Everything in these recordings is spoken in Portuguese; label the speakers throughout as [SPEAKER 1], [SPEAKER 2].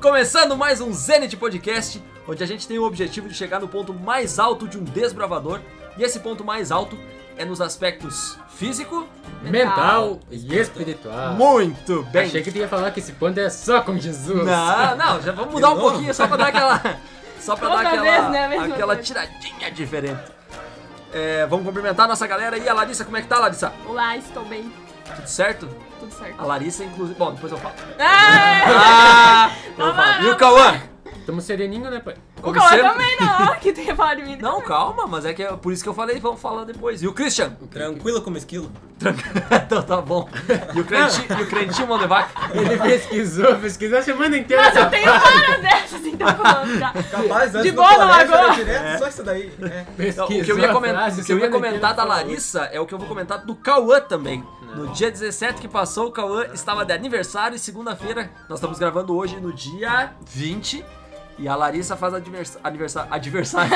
[SPEAKER 1] Começando mais um Zenit Podcast, onde a gente tem o objetivo de chegar no ponto mais alto de um desbravador. E esse ponto mais alto é nos aspectos físico,
[SPEAKER 2] mental e espiritual.
[SPEAKER 1] Muito bem.
[SPEAKER 2] Ah. Achei que tu ia falar que esse ponto é só com Jesus.
[SPEAKER 1] Não, não, já vamos mudar um
[SPEAKER 3] novo?
[SPEAKER 1] pouquinho só pra dar aquela. Só pra dar
[SPEAKER 4] Outra
[SPEAKER 1] aquela,
[SPEAKER 4] vez, né? A mesma
[SPEAKER 1] aquela
[SPEAKER 4] coisa.
[SPEAKER 1] tiradinha diferente. É, vamos cumprimentar a nossa galera e a Larissa, como é que tá, Larissa?
[SPEAKER 4] Olá, estou bem.
[SPEAKER 1] Tudo certo?
[SPEAKER 4] Tudo certo.
[SPEAKER 1] A Larissa, inclusive. Bom, depois eu falo.
[SPEAKER 4] Ah,
[SPEAKER 1] Ah!
[SPEAKER 4] Não, não,
[SPEAKER 1] E o
[SPEAKER 4] não.
[SPEAKER 1] Cauã?
[SPEAKER 2] Tamo sereninho, né, pai?
[SPEAKER 4] o
[SPEAKER 1] Como
[SPEAKER 4] Cauã
[SPEAKER 1] sempre.
[SPEAKER 4] também não, que tem falado de mim.
[SPEAKER 1] Não, calma, mas é que é por isso que eu falei, vamos falar depois. E o Christian?
[SPEAKER 3] Tranquilo como esquilo.
[SPEAKER 1] então tá bom. E o Crentinho, e o Crentinho Mandevac?
[SPEAKER 2] Ele pesquisou, pesquisou a semana inteira.
[SPEAKER 4] Mas eu tenho várias dessas, então vamos lá.
[SPEAKER 3] Capaz, antes
[SPEAKER 4] De
[SPEAKER 3] do
[SPEAKER 4] boa, não,
[SPEAKER 3] colégio era
[SPEAKER 4] agora.
[SPEAKER 3] direto, só isso daí. É.
[SPEAKER 1] Então,
[SPEAKER 2] Pesquisou
[SPEAKER 1] o que eu ia,
[SPEAKER 2] a
[SPEAKER 1] comen-
[SPEAKER 2] frase
[SPEAKER 1] o que eu ia
[SPEAKER 2] semana
[SPEAKER 1] comentar
[SPEAKER 2] inteira,
[SPEAKER 1] da
[SPEAKER 2] falou.
[SPEAKER 1] Larissa é o que eu vou comentar do Cauã também. No dia 17 que passou, o Cauã estava de aniversário e segunda-feira, nós estamos gravando hoje no dia 20. E a Larissa faz adversário. Adversário.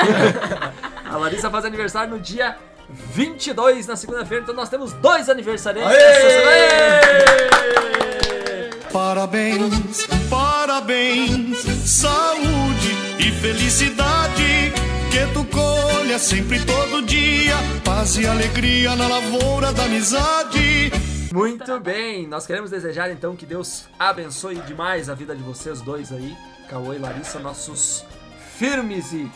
[SPEAKER 1] a Larissa faz aniversário no dia 22, na segunda-feira. Então nós temos dois aniversariantes.
[SPEAKER 3] Aê!
[SPEAKER 1] essa semana.
[SPEAKER 5] Parabéns, parabéns, saúde e felicidade. Que tu colha sempre todo dia, paz e alegria na lavoura da amizade.
[SPEAKER 1] Muito bem, nós queremos desejar então que Deus abençoe demais a vida de vocês dois aí, Cauã e Larissa, nossos firmes e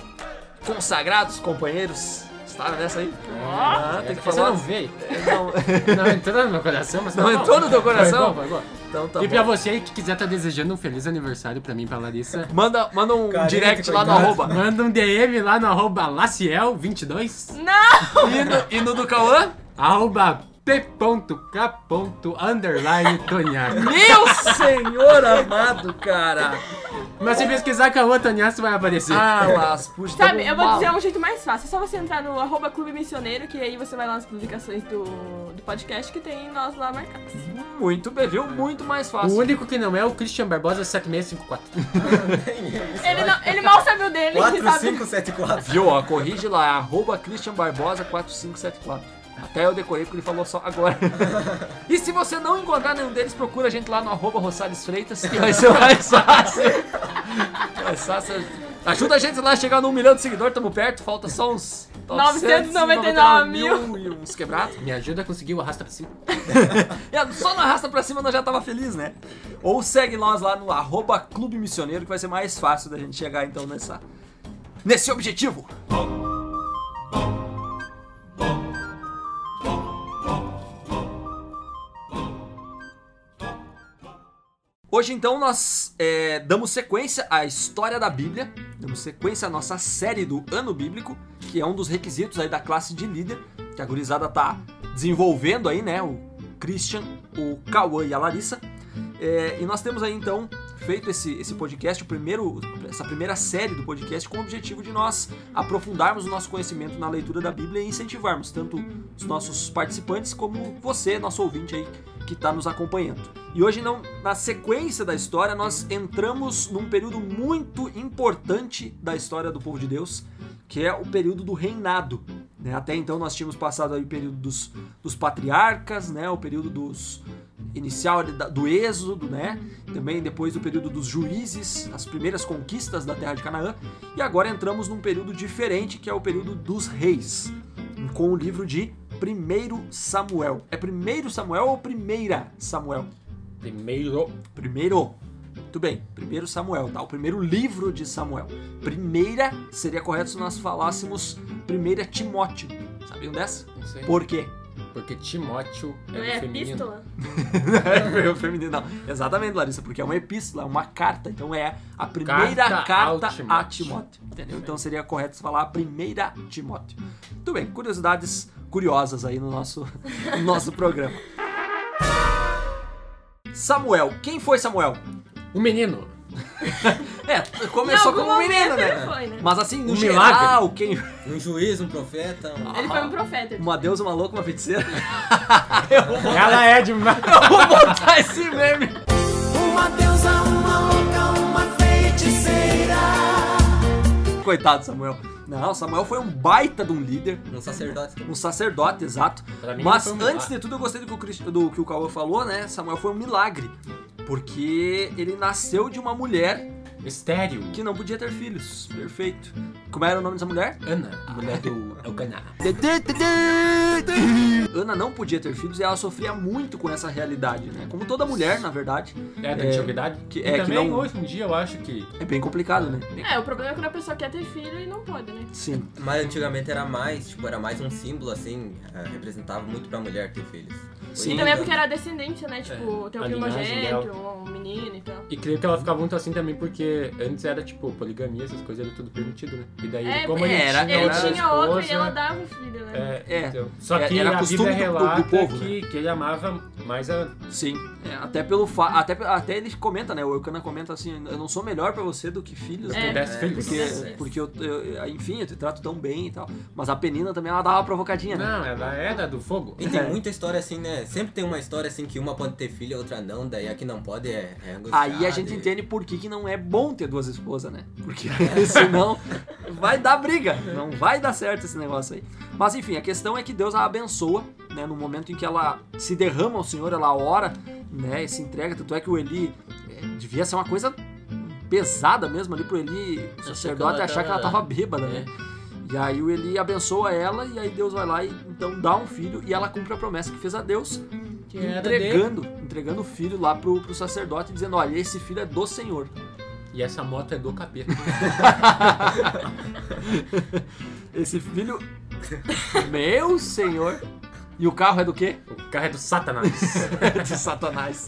[SPEAKER 1] consagrados companheiros. Estaram nessa aí? Ah, tem que
[SPEAKER 2] Essa
[SPEAKER 1] falar.
[SPEAKER 2] não veio.
[SPEAKER 1] Não,
[SPEAKER 2] Não entrou no meu coração, mas
[SPEAKER 1] Não
[SPEAKER 2] tá bom.
[SPEAKER 1] entrou no teu coração?
[SPEAKER 2] Foi bom, foi bom.
[SPEAKER 1] então tá
[SPEAKER 2] e pra
[SPEAKER 1] bom.
[SPEAKER 2] você aí que quiser tá desejando um feliz aniversário pra mim, pra Larissa,
[SPEAKER 1] Manda, manda um
[SPEAKER 3] Carente,
[SPEAKER 1] direct lá no
[SPEAKER 3] coitado.
[SPEAKER 1] arroba.
[SPEAKER 2] manda um DM lá no arroba laciel22,
[SPEAKER 4] Não!
[SPEAKER 1] E no, e no do Cauã?
[SPEAKER 2] arroba p.k.underline
[SPEAKER 1] Meu senhor amado, cara!
[SPEAKER 2] Mas se pesquisar com a outra Tonhaço vai aparecer.
[SPEAKER 1] Ah, las, puxa,
[SPEAKER 4] Sabe,
[SPEAKER 1] tamo
[SPEAKER 4] eu vou
[SPEAKER 1] mal.
[SPEAKER 4] dizer um jeito mais fácil. É só você entrar no arroba Clube Missioneiro, que aí você vai lá nas publicações do, do podcast que tem nós lá marcados.
[SPEAKER 1] Muito bem, viu? Muito mais
[SPEAKER 2] O
[SPEAKER 1] fácil.
[SPEAKER 2] único que não é o Christian Barbosa 7654.
[SPEAKER 4] Ele, não- ele mal sabe o dele, ele sabe.
[SPEAKER 3] 4574.
[SPEAKER 1] Viu, ó, corrige lá, é arroba Christian Barbosa 4574. Até eu decorei porque ele falou só agora. e se você não encontrar nenhum deles, procura a gente lá no arroba Rosales Freitas, que vai ser mais fácil. mais fácil. Ajuda a gente lá a chegar no 1 milhão de seguidores, tamo perto, falta só uns
[SPEAKER 4] 999
[SPEAKER 1] mil e uns quebrados.
[SPEAKER 2] Ah, Me ajuda a conseguir o arrasta pra cima.
[SPEAKER 1] É, Só na arrasta pra cima nós já tava feliz, né? Ou segue nós lá no arroba Clube Missioneiro, que vai ser mais fácil da gente chegar então nessa, nesse objetivo. Hoje então nós é, damos sequência à história da Bíblia, damos sequência à nossa série do ano bíblico, que é um dos requisitos aí da classe de líder, que a gurizada tá desenvolvendo aí, né? O Christian, o Cauã e a Larissa. É, e nós temos aí então feito esse, esse podcast, o primeiro, essa primeira série do podcast, com o objetivo de nós aprofundarmos o nosso conhecimento na leitura da Bíblia e incentivarmos tanto os nossos participantes como você, nosso ouvinte aí, que está nos acompanhando. E hoje, não, na sequência da história, nós entramos num período muito importante da história do povo de Deus, que é o período do reinado. né? Até então nós tínhamos passado aí o período dos, dos patriarcas, né? o período dos inicial ali da- do êxodo, né? Também depois do período dos juízes, as primeiras conquistas da terra de Canaã, e agora entramos num período diferente, que é o período dos reis, com o livro de 1 Samuel. É 1 Samuel ou Primeira Samuel?
[SPEAKER 2] Primeiro.
[SPEAKER 1] Primeiro. Muito bem, primeiro Samuel, tá? O primeiro livro de Samuel. Primeira seria correto se nós falássemos primeira Timóteo. Sabiam dessa?
[SPEAKER 2] Não sei.
[SPEAKER 1] Por quê?
[SPEAKER 2] Porque Timóteo
[SPEAKER 4] Não
[SPEAKER 2] é
[SPEAKER 4] é
[SPEAKER 2] do feminino.
[SPEAKER 4] epístola?
[SPEAKER 1] É o feminino, não. Exatamente, Larissa, porque é uma epístola, é uma carta. Então é a primeira
[SPEAKER 2] Carta ao
[SPEAKER 1] carta, a
[SPEAKER 2] Timóteo.
[SPEAKER 1] Timóteo. Entendeu? Então seria correto se falar a primeira Timóteo. Muito bem, curiosidades curiosas aí no nosso, no nosso programa. Samuel. Quem foi Samuel?
[SPEAKER 2] O menino.
[SPEAKER 1] É, começou
[SPEAKER 4] Em
[SPEAKER 1] como
[SPEAKER 4] algum
[SPEAKER 1] um menino,
[SPEAKER 4] momento
[SPEAKER 1] né?
[SPEAKER 4] ele foi, né?
[SPEAKER 1] Mas assim, no
[SPEAKER 2] Um
[SPEAKER 1] geral, quem.
[SPEAKER 3] Um juiz, um profeta. um-
[SPEAKER 4] Ele foi um profeta. ele
[SPEAKER 1] Uma deusa, uma louca, uma feiticeira.
[SPEAKER 2] Ela é demais.
[SPEAKER 1] Vou botar esse meme.
[SPEAKER 5] Uma deusa, Um uma louca, uma feiticeira.
[SPEAKER 1] Coitado, Samuel. Não, Samuel foi um baita de um líder.
[SPEAKER 3] Um sacerdote.
[SPEAKER 1] Um sacerdote, exato.
[SPEAKER 2] Pra mim,
[SPEAKER 1] Mas
[SPEAKER 2] foi um milagre.
[SPEAKER 1] antes de tudo, eu gostei do que o, Crist- do que o Cauã falou, né? Samuel foi um milagre. Porque ele nasceu de uma mulher
[SPEAKER 2] Estéreo.
[SPEAKER 1] que não podia ter filhos. Perfeito. Como era o nome dessa mulher?
[SPEAKER 2] Ana, mulher é do Elcaná.
[SPEAKER 1] Ana não podia ter filhos e ela sofria muito com essa realidade, né? Como toda mulher, na verdade.
[SPEAKER 2] É da
[SPEAKER 1] É,
[SPEAKER 2] antiguidade.
[SPEAKER 1] que-
[SPEAKER 2] E
[SPEAKER 1] é, que
[SPEAKER 2] também
[SPEAKER 1] não-
[SPEAKER 2] hoje em dia eu acho que.
[SPEAKER 1] É bem complicado, né? Bem-
[SPEAKER 4] É, o problema é quando a pessoa quer ter filho e não pode, né?
[SPEAKER 1] Sim.
[SPEAKER 3] Mas antigamente era mais, tipo, era mais um símbolo, assim, eh, representava muito pra mulher ter filhos.
[SPEAKER 1] Sim.
[SPEAKER 4] E
[SPEAKER 1] Sim.
[SPEAKER 4] também é porque era descendência, né?
[SPEAKER 1] É,
[SPEAKER 4] Tipo, tem um
[SPEAKER 2] a linhagem
[SPEAKER 4] primogênito, um menino e tal.
[SPEAKER 2] E creio que ela ficava muito assim também porque antes era tipo poligamia, essas coisas era tudo permitido, né? E daí,
[SPEAKER 4] É,
[SPEAKER 2] como
[SPEAKER 4] é,
[SPEAKER 2] ele,
[SPEAKER 1] era-
[SPEAKER 2] tinha,
[SPEAKER 4] ele
[SPEAKER 1] era
[SPEAKER 2] outra
[SPEAKER 4] tinha outra e
[SPEAKER 2] esposa,
[SPEAKER 4] ela dava o filho, né?
[SPEAKER 2] É,
[SPEAKER 1] É,
[SPEAKER 2] então. Só
[SPEAKER 1] é-
[SPEAKER 2] que
[SPEAKER 1] era
[SPEAKER 2] a
[SPEAKER 1] costume
[SPEAKER 2] Bíblia
[SPEAKER 1] do- do- do
[SPEAKER 2] relata
[SPEAKER 1] povo, né?
[SPEAKER 2] que, que ele amava mais a.
[SPEAKER 1] Sim. É, até pelo fa... até, pe- até ele comenta, né? O Eucana comenta assim: eu não sou melhor pra você do que filhos,
[SPEAKER 4] É.
[SPEAKER 1] né?
[SPEAKER 2] Dez
[SPEAKER 3] É,
[SPEAKER 2] filhos.
[SPEAKER 1] Porque,
[SPEAKER 2] né?
[SPEAKER 4] Sim.
[SPEAKER 1] porque eu, eu- enfim, eu te trato tão bem e tal. Mas a Penina também, ela dava uma provocadinha, né?
[SPEAKER 2] Não, ela era do fogo.
[SPEAKER 3] E tem
[SPEAKER 1] É.
[SPEAKER 3] muita história assim, né? Sempre tem uma história assim que uma pode ter filho, a outra não, daí a que não pode é, é angustiada
[SPEAKER 1] Aí a gente
[SPEAKER 3] e-
[SPEAKER 1] entende por que, que não é bom ter duas esposas, né? Porque senão vai dar briga, não vai dar certo esse negócio aí. Mas enfim, a questão é que Deus a abençoa, né? No momento em que ela se derrama ao Senhor, ela ora, né? E se entrega. Tanto é que o Eli eh, devia ser uma coisa pesada mesmo ali pro Eli, o sacerdote,
[SPEAKER 6] ela
[SPEAKER 1] achar que ela
[SPEAKER 6] tava- É.
[SPEAKER 1] tava bêbada, né? E aí o Eli abençoa ela e aí Deus vai lá e então dá um filho e ela cumpre a promessa que fez a Deus
[SPEAKER 2] Que era dele.
[SPEAKER 1] entregando, entregando o filho lá pro, pro sacerdote, dizendo: Olha, esse filho é do Senhor.
[SPEAKER 2] E essa moto é do capeta.
[SPEAKER 1] Esse filho. Meu Senhor! E o carro é do quê?
[SPEAKER 2] O carro é do Satanás.
[SPEAKER 1] De Satanás.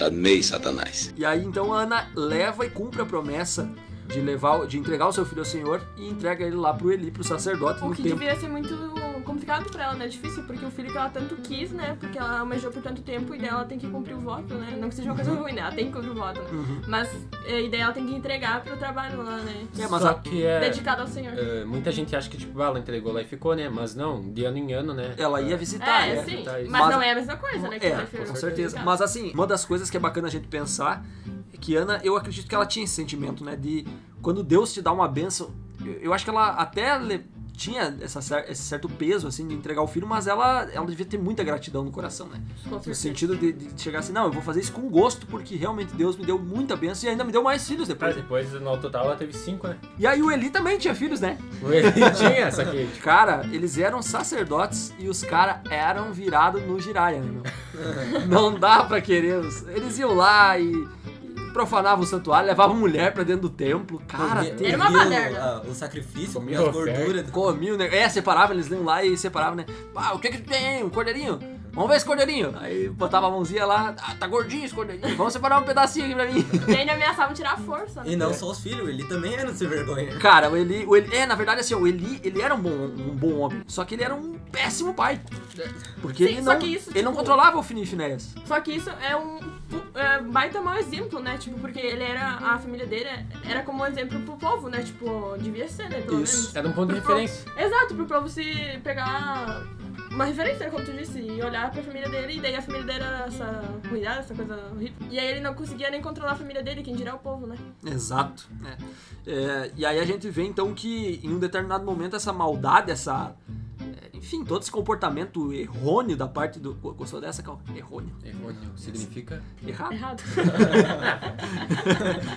[SPEAKER 7] Amei Satanás.
[SPEAKER 1] E aí então a Ana leva e cumpre a promessa de levar, de entregar o seu filho ao Senhor e entrega ele lá pro Eli, pro sacerdote,
[SPEAKER 4] O
[SPEAKER 1] no
[SPEAKER 4] que
[SPEAKER 1] tempo.
[SPEAKER 4] devia ser muito complicado pra ela, né? Difícil, porque o filho que ela tanto quis, né? Porque ela almejou por tanto tempo e daí ela tem que cumprir o voto, né? Não que seja uma coisa
[SPEAKER 1] Uhum.
[SPEAKER 4] ruim, né? Ela tem que cumprir o voto, né? Mas é, e daí ela tem que entregar pro trabalho lá, né?
[SPEAKER 1] É, mas
[SPEAKER 2] Só
[SPEAKER 1] a-
[SPEAKER 2] que é.
[SPEAKER 4] Dedicado ao Senhor.
[SPEAKER 2] é, muita gente acha que, tipo, ah, ela entregou lá e ficou, né? Mas não, de ano em ano, né?
[SPEAKER 1] Ela ia visitar,
[SPEAKER 4] é,
[SPEAKER 1] né?
[SPEAKER 4] sim.
[SPEAKER 2] tá isso.
[SPEAKER 4] Mas,
[SPEAKER 1] Mas-
[SPEAKER 4] não é a mesma coisa, né? que
[SPEAKER 1] É,
[SPEAKER 4] ter filho.
[SPEAKER 1] com certeza. Mas assim, uma das coisas que é bacana a gente pensar é que Ana, eu acredito que ela tinha esse sentimento, né? De quando Deus te dá uma benção, eu, eu acho que ela até le- tinha essa cer- esse certo peso, assim, de entregar o filho, mas ela, ela devia ter muita gratidão no coração, né?
[SPEAKER 4] Com
[SPEAKER 1] No
[SPEAKER 4] certeza.
[SPEAKER 1] sentido de, de chegar assim, não, eu vou fazer isso com gosto, porque realmente Deus me deu muita benção e ainda me deu mais filhos
[SPEAKER 2] Ah,
[SPEAKER 1] depois. né?
[SPEAKER 2] depois, no total, ela teve cinco, né?
[SPEAKER 1] E aí o Eli também tinha filhos, né?
[SPEAKER 2] Ele tinha, tipo, só que
[SPEAKER 1] Cara, eles eram sacerdotes e os caras eram virados no giraia, né, meu? Não dá pra querer. os- Eles iam lá e e profanavam o santuário, levavam mulher pra dentro do templo. Cara,
[SPEAKER 3] Comia-
[SPEAKER 1] tem...
[SPEAKER 4] Era uma
[SPEAKER 3] comia o-
[SPEAKER 4] baderna.
[SPEAKER 3] ah, O sacrifício,
[SPEAKER 2] Comia
[SPEAKER 3] comia as
[SPEAKER 2] oferta.
[SPEAKER 3] gorduras. do-
[SPEAKER 1] comiam, né? É, separavam, eles iam lá e separavam, né? Ah, o que que tem? Um cordeirinho? Vamos ver esse cordeirinho. Aí botava a mãozinha lá, ah, tá gordinho esse cordeirinho, vamos separar um pedacinho aqui pra mim.
[SPEAKER 4] E ainda ameaçavam tirar a força, né?
[SPEAKER 3] E não só os filhos, ele também era sem vergonha.
[SPEAKER 1] Cara, o Eli, o Eli. É, na verdade, assim, o Eli, ele era um bom, um bom homem, só que ele era um péssimo pai. Porque
[SPEAKER 4] É. Sim,
[SPEAKER 1] ele,
[SPEAKER 4] só
[SPEAKER 1] não,
[SPEAKER 4] que isso,
[SPEAKER 1] ele não
[SPEAKER 4] tipo-
[SPEAKER 1] controlava o Fini Finés.
[SPEAKER 4] Só que isso é um pu- é, baita mau exemplo, né? Tipo, porque ele era. A família dele era como um exemplo pro povo, né? Tipo, devia ser, né? Pelo
[SPEAKER 1] Isso.
[SPEAKER 2] era um ponto de
[SPEAKER 4] Pro povo.
[SPEAKER 2] referência.
[SPEAKER 4] menos. Exato, pro povo se pegar uma referência, como tu disse, e olhar pra família dele, e daí a família dele era essa ruindade, essa coisa horrível. E aí ele não conseguia nem controlar a família dele, quem dirá o povo, né?
[SPEAKER 1] Exato. né? É, e aí a gente vê então que em um determinado momento essa maldade, essa. é, Enfim, todo esse comportamento errôneo da parte do. Pô, Gostou dessa, Cal? Errôneo.
[SPEAKER 2] Errôneo significa.
[SPEAKER 1] Errado.
[SPEAKER 4] Errado.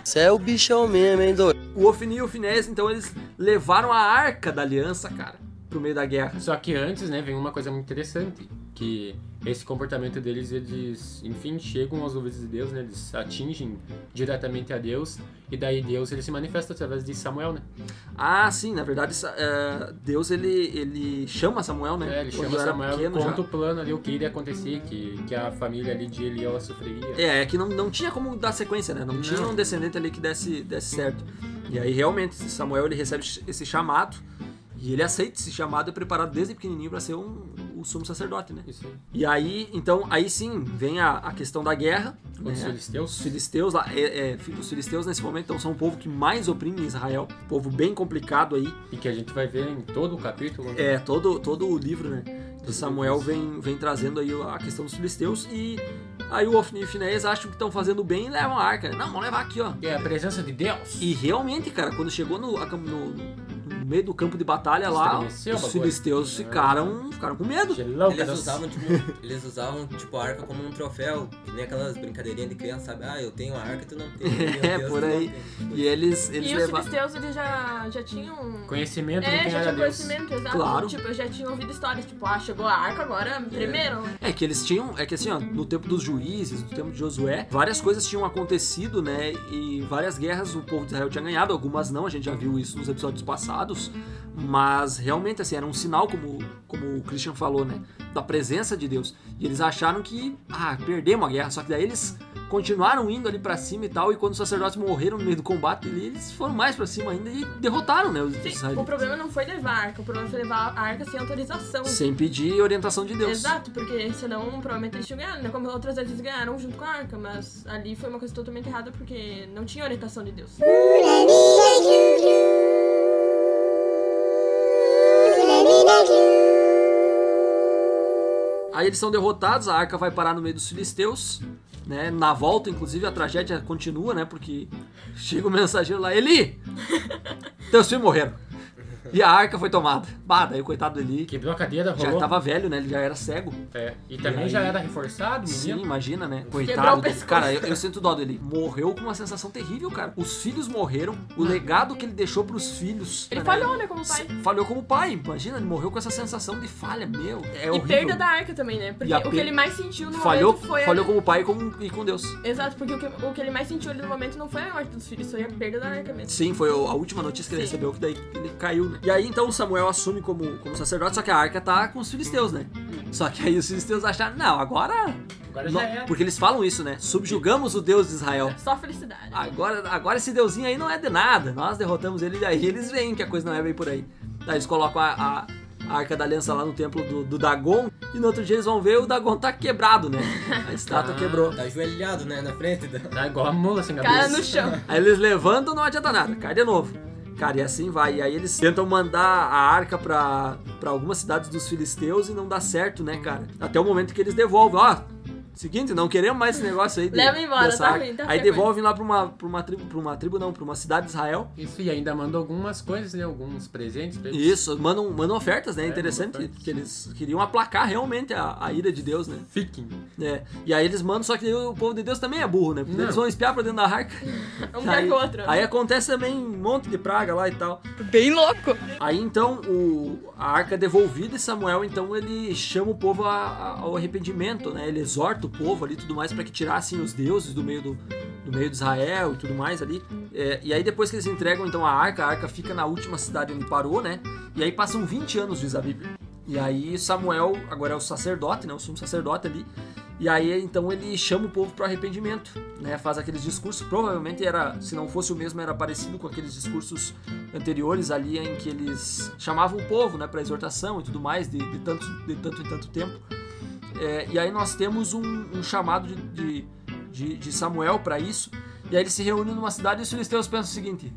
[SPEAKER 6] Você é o bichão mesmo, hein, doido?
[SPEAKER 1] O Ofni e o Finés, então, eles levaram a arca da aliança, cara, pro meio da guerra.
[SPEAKER 2] Só que antes, né, vem uma coisa muito interessante, que esse comportamento deles, eles, enfim, chegam aos ouvidos de Deus, né, eles atingem diretamente a Deus, e daí Deus, ele se manifesta através de Samuel, né?
[SPEAKER 1] Ah, sim, na verdade, sa- é, Deus ele, ele chama Samuel, né?
[SPEAKER 2] É, ele
[SPEAKER 1] Quando
[SPEAKER 2] chama
[SPEAKER 1] era
[SPEAKER 2] Samuel e
[SPEAKER 1] pequeno
[SPEAKER 2] conta
[SPEAKER 1] já.
[SPEAKER 2] o plano ali, o que iria acontecer, que, que a família ali de Eli, ela sofreria.
[SPEAKER 1] É, é que não, não tinha como dar sequência, né? Não,
[SPEAKER 2] Não.
[SPEAKER 1] tinha um descendente ali que desse, desse certo. E aí, realmente, esse Samuel ele recebe esse chamado e ele aceita esse chamado e é preparado desde pequenininho pra ser um, o sumo sacerdote, né?
[SPEAKER 2] Isso aí.
[SPEAKER 1] E aí, então, aí sim, vem a, a questão da guerra. né?
[SPEAKER 2] Os filisteus.
[SPEAKER 1] Os filisteus lá, é, é, fi- os filisteus nesse momento então, são o povo que mais oprime Israel, povo bem complicado aí.
[SPEAKER 2] E que a gente vai ver em todo o capítulo. né?
[SPEAKER 1] É, todo, todo o livro, né? De Samuel vem, vem trazendo aí a questão dos filisteus e aí o Ofni e Finés acham que estão fazendo bem e levam a arca. né? Não, vamos levar aqui, ó.
[SPEAKER 2] É a presença é de Deus.
[SPEAKER 1] E realmente, cara, quando chegou no, acam- no- no meio do campo de batalha lá,
[SPEAKER 2] Estremeceu o
[SPEAKER 1] os
[SPEAKER 2] bagulho. É.
[SPEAKER 1] filisteus ficaram, ficaram com medo.
[SPEAKER 2] Gelão,
[SPEAKER 3] Eles
[SPEAKER 2] cara.
[SPEAKER 3] usavam, tipo, eles usavam, tipo, a arca como um troféu, que nem aquelas brincadeirinhas de criança, sabe? Ah, eu tenho a arca e tu não tem. meu
[SPEAKER 1] É,
[SPEAKER 3] Deus,
[SPEAKER 1] por
[SPEAKER 3] tu não
[SPEAKER 1] aí.
[SPEAKER 3] tem.
[SPEAKER 1] E eles, eles
[SPEAKER 4] E os
[SPEAKER 1] levaram.
[SPEAKER 4] filisteus, eles já, já tinham...
[SPEAKER 2] Conhecimento de
[SPEAKER 4] É,
[SPEAKER 2] quem
[SPEAKER 4] já
[SPEAKER 2] era
[SPEAKER 4] tinha
[SPEAKER 2] Deus.
[SPEAKER 4] conhecimento, exato.
[SPEAKER 1] Claro.
[SPEAKER 4] Tipo, eu já tinha ouvido histórias, tipo, ah, chegou a arca, agora tremeram.
[SPEAKER 1] É que eles tinham, é que assim, ó, no tempo dos juízes, no tempo de Josué, várias coisas tinham acontecido, né? E várias guerras o povo de Israel tinha ganhado, algumas não, a gente já viu isso nos episódios passados, mas realmente assim, era um sinal como como o Christian falou, né, da presença de Deus. E eles acharam que, ah, perdemos a guerra, só que daí eles continuaram indo ali pra cima e tal, e quando os sacerdotes morreram no meio do combate, ali, eles foram mais pra cima ainda e derrotaram, né, os
[SPEAKER 4] Sim, o
[SPEAKER 1] israelitas.
[SPEAKER 4] problema não foi levar a arca, o problema foi levar a arca sem autorização.
[SPEAKER 1] Sem pedir orientação de Deus.
[SPEAKER 4] Exato, porque senão provavelmente eles tinham ganhado, né? Como outras vezes ganharam junto com a arca, mas ali foi uma coisa totalmente errada porque não tinha orientação de Deus.
[SPEAKER 1] Aí eles são derrotados, a arca vai parar no meio dos filisteus, né? Na volta, inclusive, a tragédia continua, né? Porque chega o mensageiro lá, Eli! Teus filhos morreram. E a arca foi tomada. Bah, daí o coitado do Eli, que
[SPEAKER 2] Quebrou a cadeira,
[SPEAKER 1] já
[SPEAKER 2] rolou.
[SPEAKER 1] tava velho, né? Ele já era cego.
[SPEAKER 2] É. E também
[SPEAKER 1] aí-
[SPEAKER 2] já era reforçado,
[SPEAKER 1] Sim,
[SPEAKER 2] menino.
[SPEAKER 1] imagina, né?
[SPEAKER 4] Quebrar o
[SPEAKER 1] Coitado. dele.
[SPEAKER 4] pescoço.
[SPEAKER 1] Cara, eu, eu sinto dó dele. Morreu com uma sensação terrível, cara. Os filhos morreram, o legado que ele deixou pros filhos.
[SPEAKER 4] Ele
[SPEAKER 1] né?
[SPEAKER 4] falhou, né, como pai.
[SPEAKER 1] Falhou como pai, imagina, ele morreu com essa sensação de falha, meu. É
[SPEAKER 4] e
[SPEAKER 1] horrível.
[SPEAKER 4] perda da arca também, né? Porque
[SPEAKER 1] E a
[SPEAKER 4] o que
[SPEAKER 1] per-
[SPEAKER 4] ele mais sentiu no
[SPEAKER 1] falhou,
[SPEAKER 4] momento foi a-
[SPEAKER 1] falhou como pai e com, e com Deus.
[SPEAKER 4] Exato, porque o que, o que ele mais sentiu ali no momento não foi a morte dos filhos, foi a perda da arca mesmo.
[SPEAKER 1] Sim, foi o- a última notícia que ele
[SPEAKER 4] Sim.
[SPEAKER 1] recebeu, que daí ele caiu, né? E aí então Samuel assume como, como sacerdote, só que a arca tá com os filisteus, né? Só que aí os filisteus acharam, não, agora.
[SPEAKER 2] Agora
[SPEAKER 1] não-
[SPEAKER 2] já era.
[SPEAKER 1] porque eles falam isso, né? Subjugamos o Deus de Israel.
[SPEAKER 4] Só felicidade.
[SPEAKER 1] Agora, agora esse deusinho aí não é de nada. Nós derrotamos ele e aí eles veem que a coisa não é bem por aí. Daí eles colocam a, a- a arca da aliança lá no templo do, do Dagon e no outro dia eles vão ver o Dagon tá quebrado, né? A estátua quebrou.
[SPEAKER 3] Tá ajoelhado, né, na frente da...
[SPEAKER 2] Tá igual a mula sem cabeça.
[SPEAKER 4] Cara no chão.
[SPEAKER 1] Aí eles levantam, não adianta nada, cai de novo. Cara, e assim vai. E aí eles tentam mandar a arca pra, pra algumas cidades dos filisteus e não dá certo, né, cara? Até o momento que eles devolvem, ó. Seguinte, não queremos mais esse negócio aí. de-
[SPEAKER 4] Leva embora,
[SPEAKER 1] dessa
[SPEAKER 4] tá
[SPEAKER 1] arca.
[SPEAKER 4] ruim, tá
[SPEAKER 1] Aí
[SPEAKER 4] ruim.
[SPEAKER 1] devolvem lá pra uma, pra uma tribo, pra uma tribo não, pra uma cidade de Israel.
[SPEAKER 2] Isso, e ainda manda algumas coisas, né? Alguns presentes pra eles.
[SPEAKER 1] Isso, mandam, mandam ofertas, né?
[SPEAKER 2] É,
[SPEAKER 1] Interessante
[SPEAKER 2] mandam ofertas.
[SPEAKER 1] que eles queriam aplacar realmente a, a ira de Deus, né?
[SPEAKER 2] Fiquem.
[SPEAKER 1] É, e aí eles mandam, só que o povo de Deus também é burro, né? Porque
[SPEAKER 2] Não.
[SPEAKER 1] eles vão espiar pra dentro da arca.
[SPEAKER 4] Um pega o outro.
[SPEAKER 1] aí acontece também um monte de praga lá e tal.
[SPEAKER 8] Bem louco.
[SPEAKER 1] Aí então o, a arca é devolvida e Samuel então ele chama o povo a- a- ao arrependimento, né? Ele exorta o povo ali e tudo mais para que tirassem os deuses do meio do, do meio de Israel e tudo mais ali. É, e aí depois que eles entregam então a arca, a arca fica na última cidade onde parou, né? E aí passam 20 anos, diz a Bíblia. E aí Samuel agora é o sacerdote, né? O sumo sacerdote ali. E aí então ele chama o povo para arrependimento, né? Faz aqueles discursos, provavelmente era, se não fosse o mesmo, era parecido com aqueles discursos anteriores ali em que eles chamavam o povo, né, para exortação e tudo mais de, de tanto de tanto e tanto tempo. É, e aí nós temos um, um chamado de, de, de- de Samuel para isso. E aí ele se reúne numa cidade e os filisteus pensam o seguinte: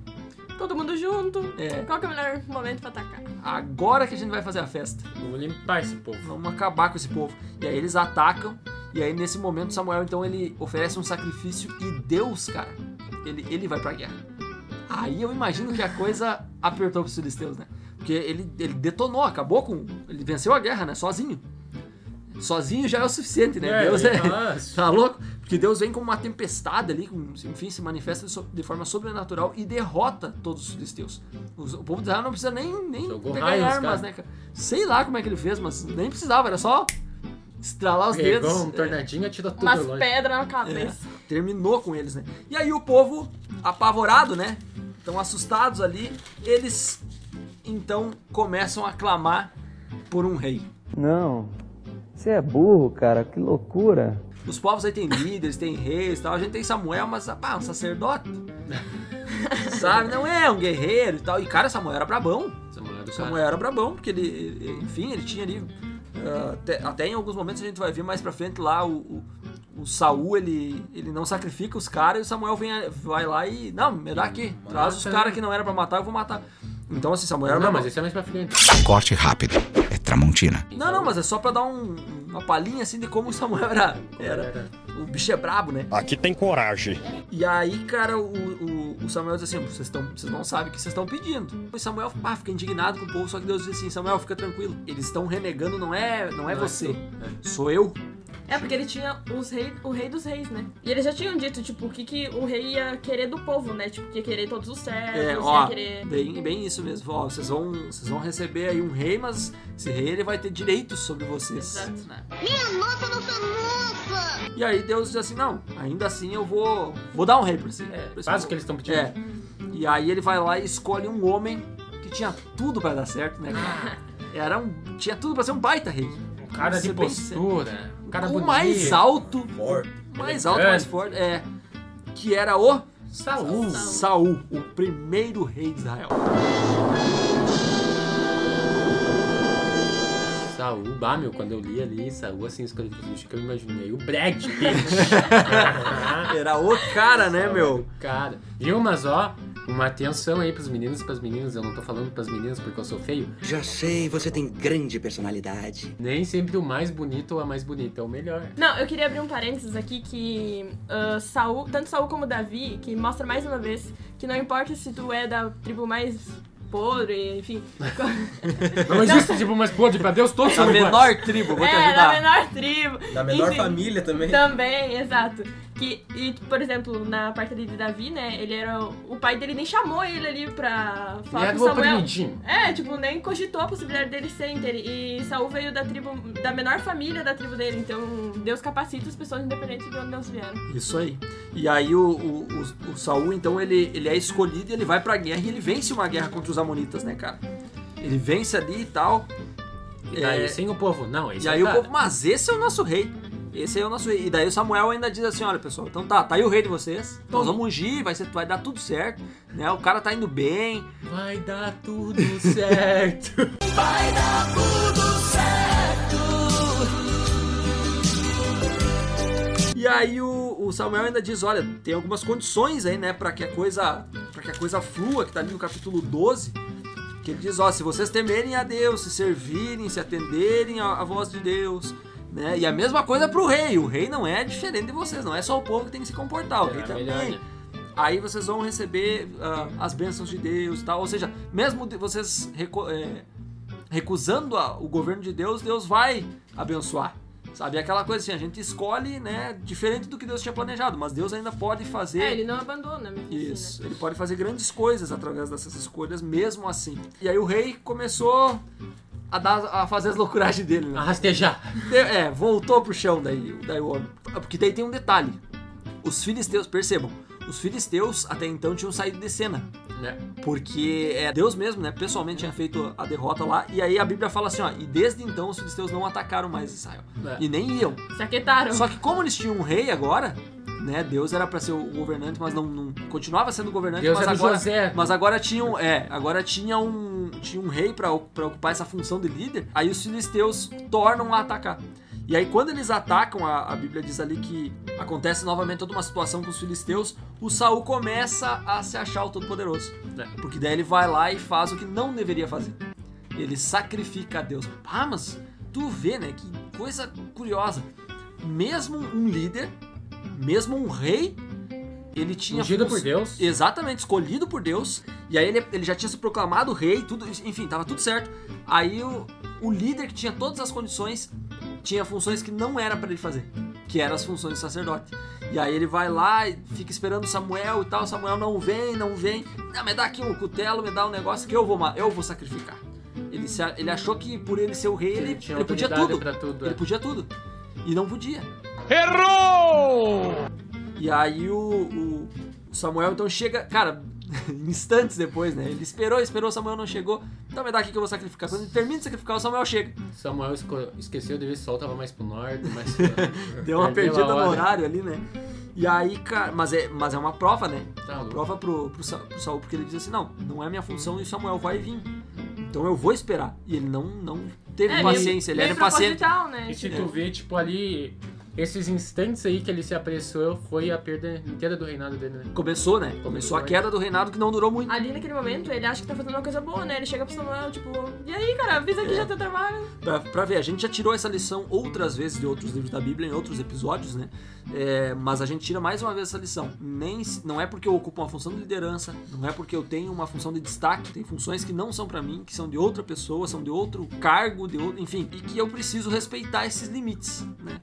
[SPEAKER 4] Todo mundo junto.
[SPEAKER 1] É.
[SPEAKER 4] Qual que é o melhor momento pra atacar?
[SPEAKER 1] agora que a gente vai fazer a festa.
[SPEAKER 2] Vamos limpar esse povo.
[SPEAKER 1] Vamos acabar com esse povo. E aí eles atacam. E aí nesse momento Samuel então ele oferece um sacrifício e Deus, cara, ele, ele vai pra guerra. Aí eu imagino que a coisa apertou pros filisteus, né? Porque ele, ele detonou, acabou com. Ele venceu a guerra, né? Sozinho. Sozinho já é o suficiente, né? Deus
[SPEAKER 2] eu ia
[SPEAKER 1] é.
[SPEAKER 2] falar,
[SPEAKER 1] Tá louco? Porque Deus vem como uma tempestade ali, com- enfim, se manifesta de so- de forma sobrenatural e derrota todos os filisteus. Os- O povo de Israel não precisa nem, nem
[SPEAKER 2] Jogou
[SPEAKER 1] pegar em
[SPEAKER 2] raios,
[SPEAKER 1] armas,
[SPEAKER 2] cara.
[SPEAKER 1] né, cara? Sei lá como é que ele fez, mas nem precisava, era só estralar os
[SPEAKER 2] Pegou um
[SPEAKER 1] dedos. É,
[SPEAKER 2] tornadinho e atirou tudo
[SPEAKER 4] Umas
[SPEAKER 2] longe.
[SPEAKER 4] pedras na cabeça.
[SPEAKER 1] terminou com eles, né? E aí o povo, apavorado, né? Estão assustados ali, eles então começam a clamar por um rei.
[SPEAKER 6] Não, você é burro, cara, que loucura.
[SPEAKER 1] Os povos aí tem líderes, tem reis e tal. A gente tem Samuel, mas pá, um sacerdote. Sabe? Não é um guerreiro e tal. E cara, Samuel era brabão.
[SPEAKER 2] Samuel do
[SPEAKER 1] Samuel era brabão, porque ele, ele- enfim, ele tinha ali. ah, até, até em alguns momentos a gente vai ver mais pra frente lá o. o o Saul, ele, ele não sacrifica os caras e o Samuel vem, a- vai lá e. Não, me dá aqui. Traz os
[SPEAKER 2] Mata,
[SPEAKER 1] caras
[SPEAKER 2] né?
[SPEAKER 1] que não era pra matar, eu vou matar. Então, assim, Samuel era
[SPEAKER 2] Não,
[SPEAKER 1] brabão.
[SPEAKER 2] mas isso é mais pra frente.
[SPEAKER 5] Corte rápido. É Tramontina.
[SPEAKER 1] Não, não, mas é só pra dar um- uma palhinha assim de como o Samuel era,
[SPEAKER 2] Como
[SPEAKER 1] era.
[SPEAKER 2] era.
[SPEAKER 1] O bicho é brabo, né?
[SPEAKER 9] Aqui tem coragem.
[SPEAKER 1] E aí, cara, o, o, o Samuel diz assim: vocês, estão, vocês não sabem o que vocês estão pedindo. E Samuel pá, fica indignado com o povo, só que Deus diz assim: Samuel, fica tranquilo. Eles estão renegando, não é, não é
[SPEAKER 2] Não é
[SPEAKER 1] você,
[SPEAKER 2] tu,
[SPEAKER 1] sou eu.
[SPEAKER 4] É, porque ele tinha os rei, o rei dos reis, né? E eles já tinham dito, tipo, o que, que o rei ia querer do povo, né? Tipo, que ia querer todos os servos,
[SPEAKER 1] É,
[SPEAKER 4] ia
[SPEAKER 1] ó,
[SPEAKER 4] querer...
[SPEAKER 1] bem, bem isso mesmo. Ó, vocês vão, vocês vão receber aí um rei, mas esse rei ele vai ter direitos sobre vocês.
[SPEAKER 4] Exato, né?
[SPEAKER 1] E aí Deus diz assim: não, ainda assim eu vou, vou dar um rei pra você.
[SPEAKER 2] É,
[SPEAKER 1] Pra esse
[SPEAKER 2] faz
[SPEAKER 1] povo.
[SPEAKER 2] o que eles estão pedindo.
[SPEAKER 1] É. E aí ele vai lá e escolhe um homem que tinha tudo pra dar certo, né? cara? Era um, tinha tudo pra ser um baita rei.
[SPEAKER 2] Um cara
[SPEAKER 1] Isso
[SPEAKER 2] de
[SPEAKER 1] é bem
[SPEAKER 2] postura. Um cara
[SPEAKER 1] o
[SPEAKER 2] bonito.
[SPEAKER 1] mais alto,
[SPEAKER 3] Forte.
[SPEAKER 1] mais alto, mais
[SPEAKER 2] Elegante.
[SPEAKER 1] forte, é que era o
[SPEAKER 2] Saúl.
[SPEAKER 1] Saul, o primeiro rei de Israel.
[SPEAKER 2] Saúl, bah, meu, quando eu li ali, Saúl, assim, os características que eu imaginei. O Brad Pitt.
[SPEAKER 1] Era o cara, né, meu?
[SPEAKER 2] Cara, viu, mas ó, uma atenção aí pros meninos e pras meninas. Eu não tô falando pras meninas porque eu sou feio.
[SPEAKER 8] Já sei, você tem grande personalidade.
[SPEAKER 2] Nem sempre o mais bonito ou a mais bonita é o melhor.
[SPEAKER 4] Não, eu queria abrir um parênteses aqui que ah, Saul, tanto Saul como Davi, que mostra mais uma vez que não importa se tu é da tribo mais podre, enfim.
[SPEAKER 2] Não existe tipo mais podre pra Deus, todos
[SPEAKER 1] A
[SPEAKER 2] são iguais.
[SPEAKER 1] É menor tribo, vou te
[SPEAKER 4] é, da
[SPEAKER 1] ajudar.
[SPEAKER 4] menor tribo.
[SPEAKER 3] Da menor
[SPEAKER 4] enfim. Tá.
[SPEAKER 3] família também.
[SPEAKER 4] Também, exato. Que, e, por exemplo, na parte ali de Davi, né? Ele era. O pai dele nem chamou ele ali pra
[SPEAKER 2] Ele
[SPEAKER 4] falar
[SPEAKER 2] é
[SPEAKER 4] com
[SPEAKER 2] do
[SPEAKER 4] Samuel.
[SPEAKER 2] oprimidinho.
[SPEAKER 4] É, tipo, nem cogitou a possibilidade dele ser inter. E Saul veio da tribo, da menor família da tribo dele. Então, Deus capacita as pessoas independentes de onde elas vieram.
[SPEAKER 1] Isso aí. E aí o, o, o- o Saul, então, ele, ele é escolhido e ele vai pra guerra e ele vence uma guerra contra os amonitas, né, cara? Ele vence ali e tal.
[SPEAKER 2] E daí,
[SPEAKER 1] É.
[SPEAKER 2] sem o povo, não, esse
[SPEAKER 1] E
[SPEAKER 2] é
[SPEAKER 1] aí o
[SPEAKER 2] cara.
[SPEAKER 1] povo, mas esse é o nosso rei. Esse aí é o nosso rei. E daí o Samuel ainda diz assim: olha, pessoal, então tá, tá aí o rei de vocês. Nós vamos ungir, vai, ser, vai dar tudo certo. Né? O cara tá indo bem.
[SPEAKER 2] Vai dar tudo certo.
[SPEAKER 1] E aí o, o Samuel ainda diz: olha, tem algumas condições aí, né, pra que a coisa, pra que a coisa flua, que tá ali no capítulo 12. Que ele diz: ó, se vocês temerem a Deus, se servirem, se atenderem à, à voz de Deus. Né? E a mesma coisa pro rei. O rei não é diferente de vocês, não é só o povo que tem que se comportar. O rei
[SPEAKER 2] Era
[SPEAKER 1] também.
[SPEAKER 2] melhor, né?
[SPEAKER 1] aí vocês vão receber ah, as bênçãos de Deus e tal. Ou seja, mesmo de- vocês recu- é, recusando a- o governo de Deus, Deus vai abençoar. Sabe, É aquela coisa assim, a gente escolhe, né, diferente do que Deus tinha planejado, mas Deus ainda pode fazer
[SPEAKER 4] É, ele não abandona mesmo. assim, né?
[SPEAKER 1] isso. Ele pode fazer grandes coisas através dessas escolhas, mesmo assim. E aí o rei começou a, dar- a fazer as loucuragens dele, né?
[SPEAKER 2] A rastejar.
[SPEAKER 1] De- É, voltou pro chão daí, daí o homem. Porque daí tem um detalhe. Os filisteus, percebam, os filisteus até então tinham saído de cena.
[SPEAKER 2] Né?
[SPEAKER 1] Porque é, Deus mesmo, né, pessoalmente tinha feito a derrota lá. E aí a Bíblia fala assim, ó, e desde então os filisteus não atacaram mais Israel.
[SPEAKER 2] É.
[SPEAKER 1] E nem iam.
[SPEAKER 4] Se aquetaram.
[SPEAKER 1] Só que como eles tinham um rei agora, né, Deus era pra ser o governante, mas não, não- continuava sendo governante,
[SPEAKER 2] Deus
[SPEAKER 1] mas
[SPEAKER 2] era o
[SPEAKER 1] agora...
[SPEAKER 2] José.
[SPEAKER 1] Mas agora tinha um, é, agora tinha um, tinha um rei pra o- pra ocupar essa função de líder. Aí os filisteus tornam a atacar. E aí quando eles atacam, a, a Bíblia diz ali que acontece novamente toda uma situação com os filisteus. O Saul começa a se achar o Todo-Poderoso,
[SPEAKER 2] É.
[SPEAKER 1] porque daí ele vai lá e faz o que não deveria fazer. Ele sacrifica a Deus. Ah, mas tu vê, né? Que coisa curiosa. Mesmo um líder, mesmo um rei, ele tinha
[SPEAKER 2] Ungido por
[SPEAKER 1] função-
[SPEAKER 2] Deus.
[SPEAKER 1] Exatamente, escolhido por Deus. E aí ele, ele já tinha se proclamado rei, tudo, enfim, tava tudo certo. Aí o, o líder que tinha todas as condições tinha funções que não era pra ele fazer, que eram as funções de sacerdote. E aí ele vai lá e fica esperando Samuel e tal, Samuel não vem, não vem. Ah, me dá aqui um cutelo, me dá um negócio que eu vou, ma- eu vou sacrificar. Ele, se a- ele achou que por ele ser o rei, ele,
[SPEAKER 2] tinha
[SPEAKER 1] ele podia
[SPEAKER 2] autoridade
[SPEAKER 1] tudo.
[SPEAKER 2] Pra tudo
[SPEAKER 1] Ele
[SPEAKER 2] é.
[SPEAKER 1] podia tudo. E não podia. Errou! E aí o, o- o Samuel então chega. Cara, instantes depois, né? Ele esperou, esperou, o Samuel não chegou. Então me dá aqui que eu vou sacrificar. Quando ele termina de sacrificar, o Samuel chega.
[SPEAKER 2] Samuel esco- esqueceu de ver se o sol tava mais pro norte, mais pro...
[SPEAKER 1] Deu uma
[SPEAKER 2] Perdeu a
[SPEAKER 1] perdida no
[SPEAKER 2] É, hora.
[SPEAKER 1] horário ali, né? E aí, cara, mas é, mas é uma prova, né?
[SPEAKER 2] Tá louco.
[SPEAKER 1] prova pro, pro, Sa- pro Saul, porque ele diz assim: não, não é minha função e o Samuel vai vir. Então eu vou esperar. E ele não, não teve
[SPEAKER 4] É, meio-
[SPEAKER 1] paciência, ele
[SPEAKER 4] meio
[SPEAKER 1] era impaciente.
[SPEAKER 4] proposital, né?
[SPEAKER 2] E se tu vê, tipo, ali, Esses instantes aí que ele se apressou foi a perda inteira do reinado dele, né?
[SPEAKER 1] Começou, né? Começou a queda do reinado que não durou muito.
[SPEAKER 4] Ali naquele momento, ele acha que tá fazendo uma coisa boa, né? Ele chega pro Samuel, tipo, e aí, cara, avisa
[SPEAKER 1] É.
[SPEAKER 4] aqui já teu trabalho.
[SPEAKER 1] Pra, pra ver, a gente já tirou essa lição outras vezes de outros livros da Bíblia, em outros episódios, né? É, mas a gente tira mais uma vez essa lição. Nem, se- não é porque eu ocupo uma função de liderança, não é porque eu tenho uma função de destaque, tem funções que não são pra mim, que são de outra pessoa, são de outro cargo, de outro, enfim, e que eu preciso respeitar esses limites, né?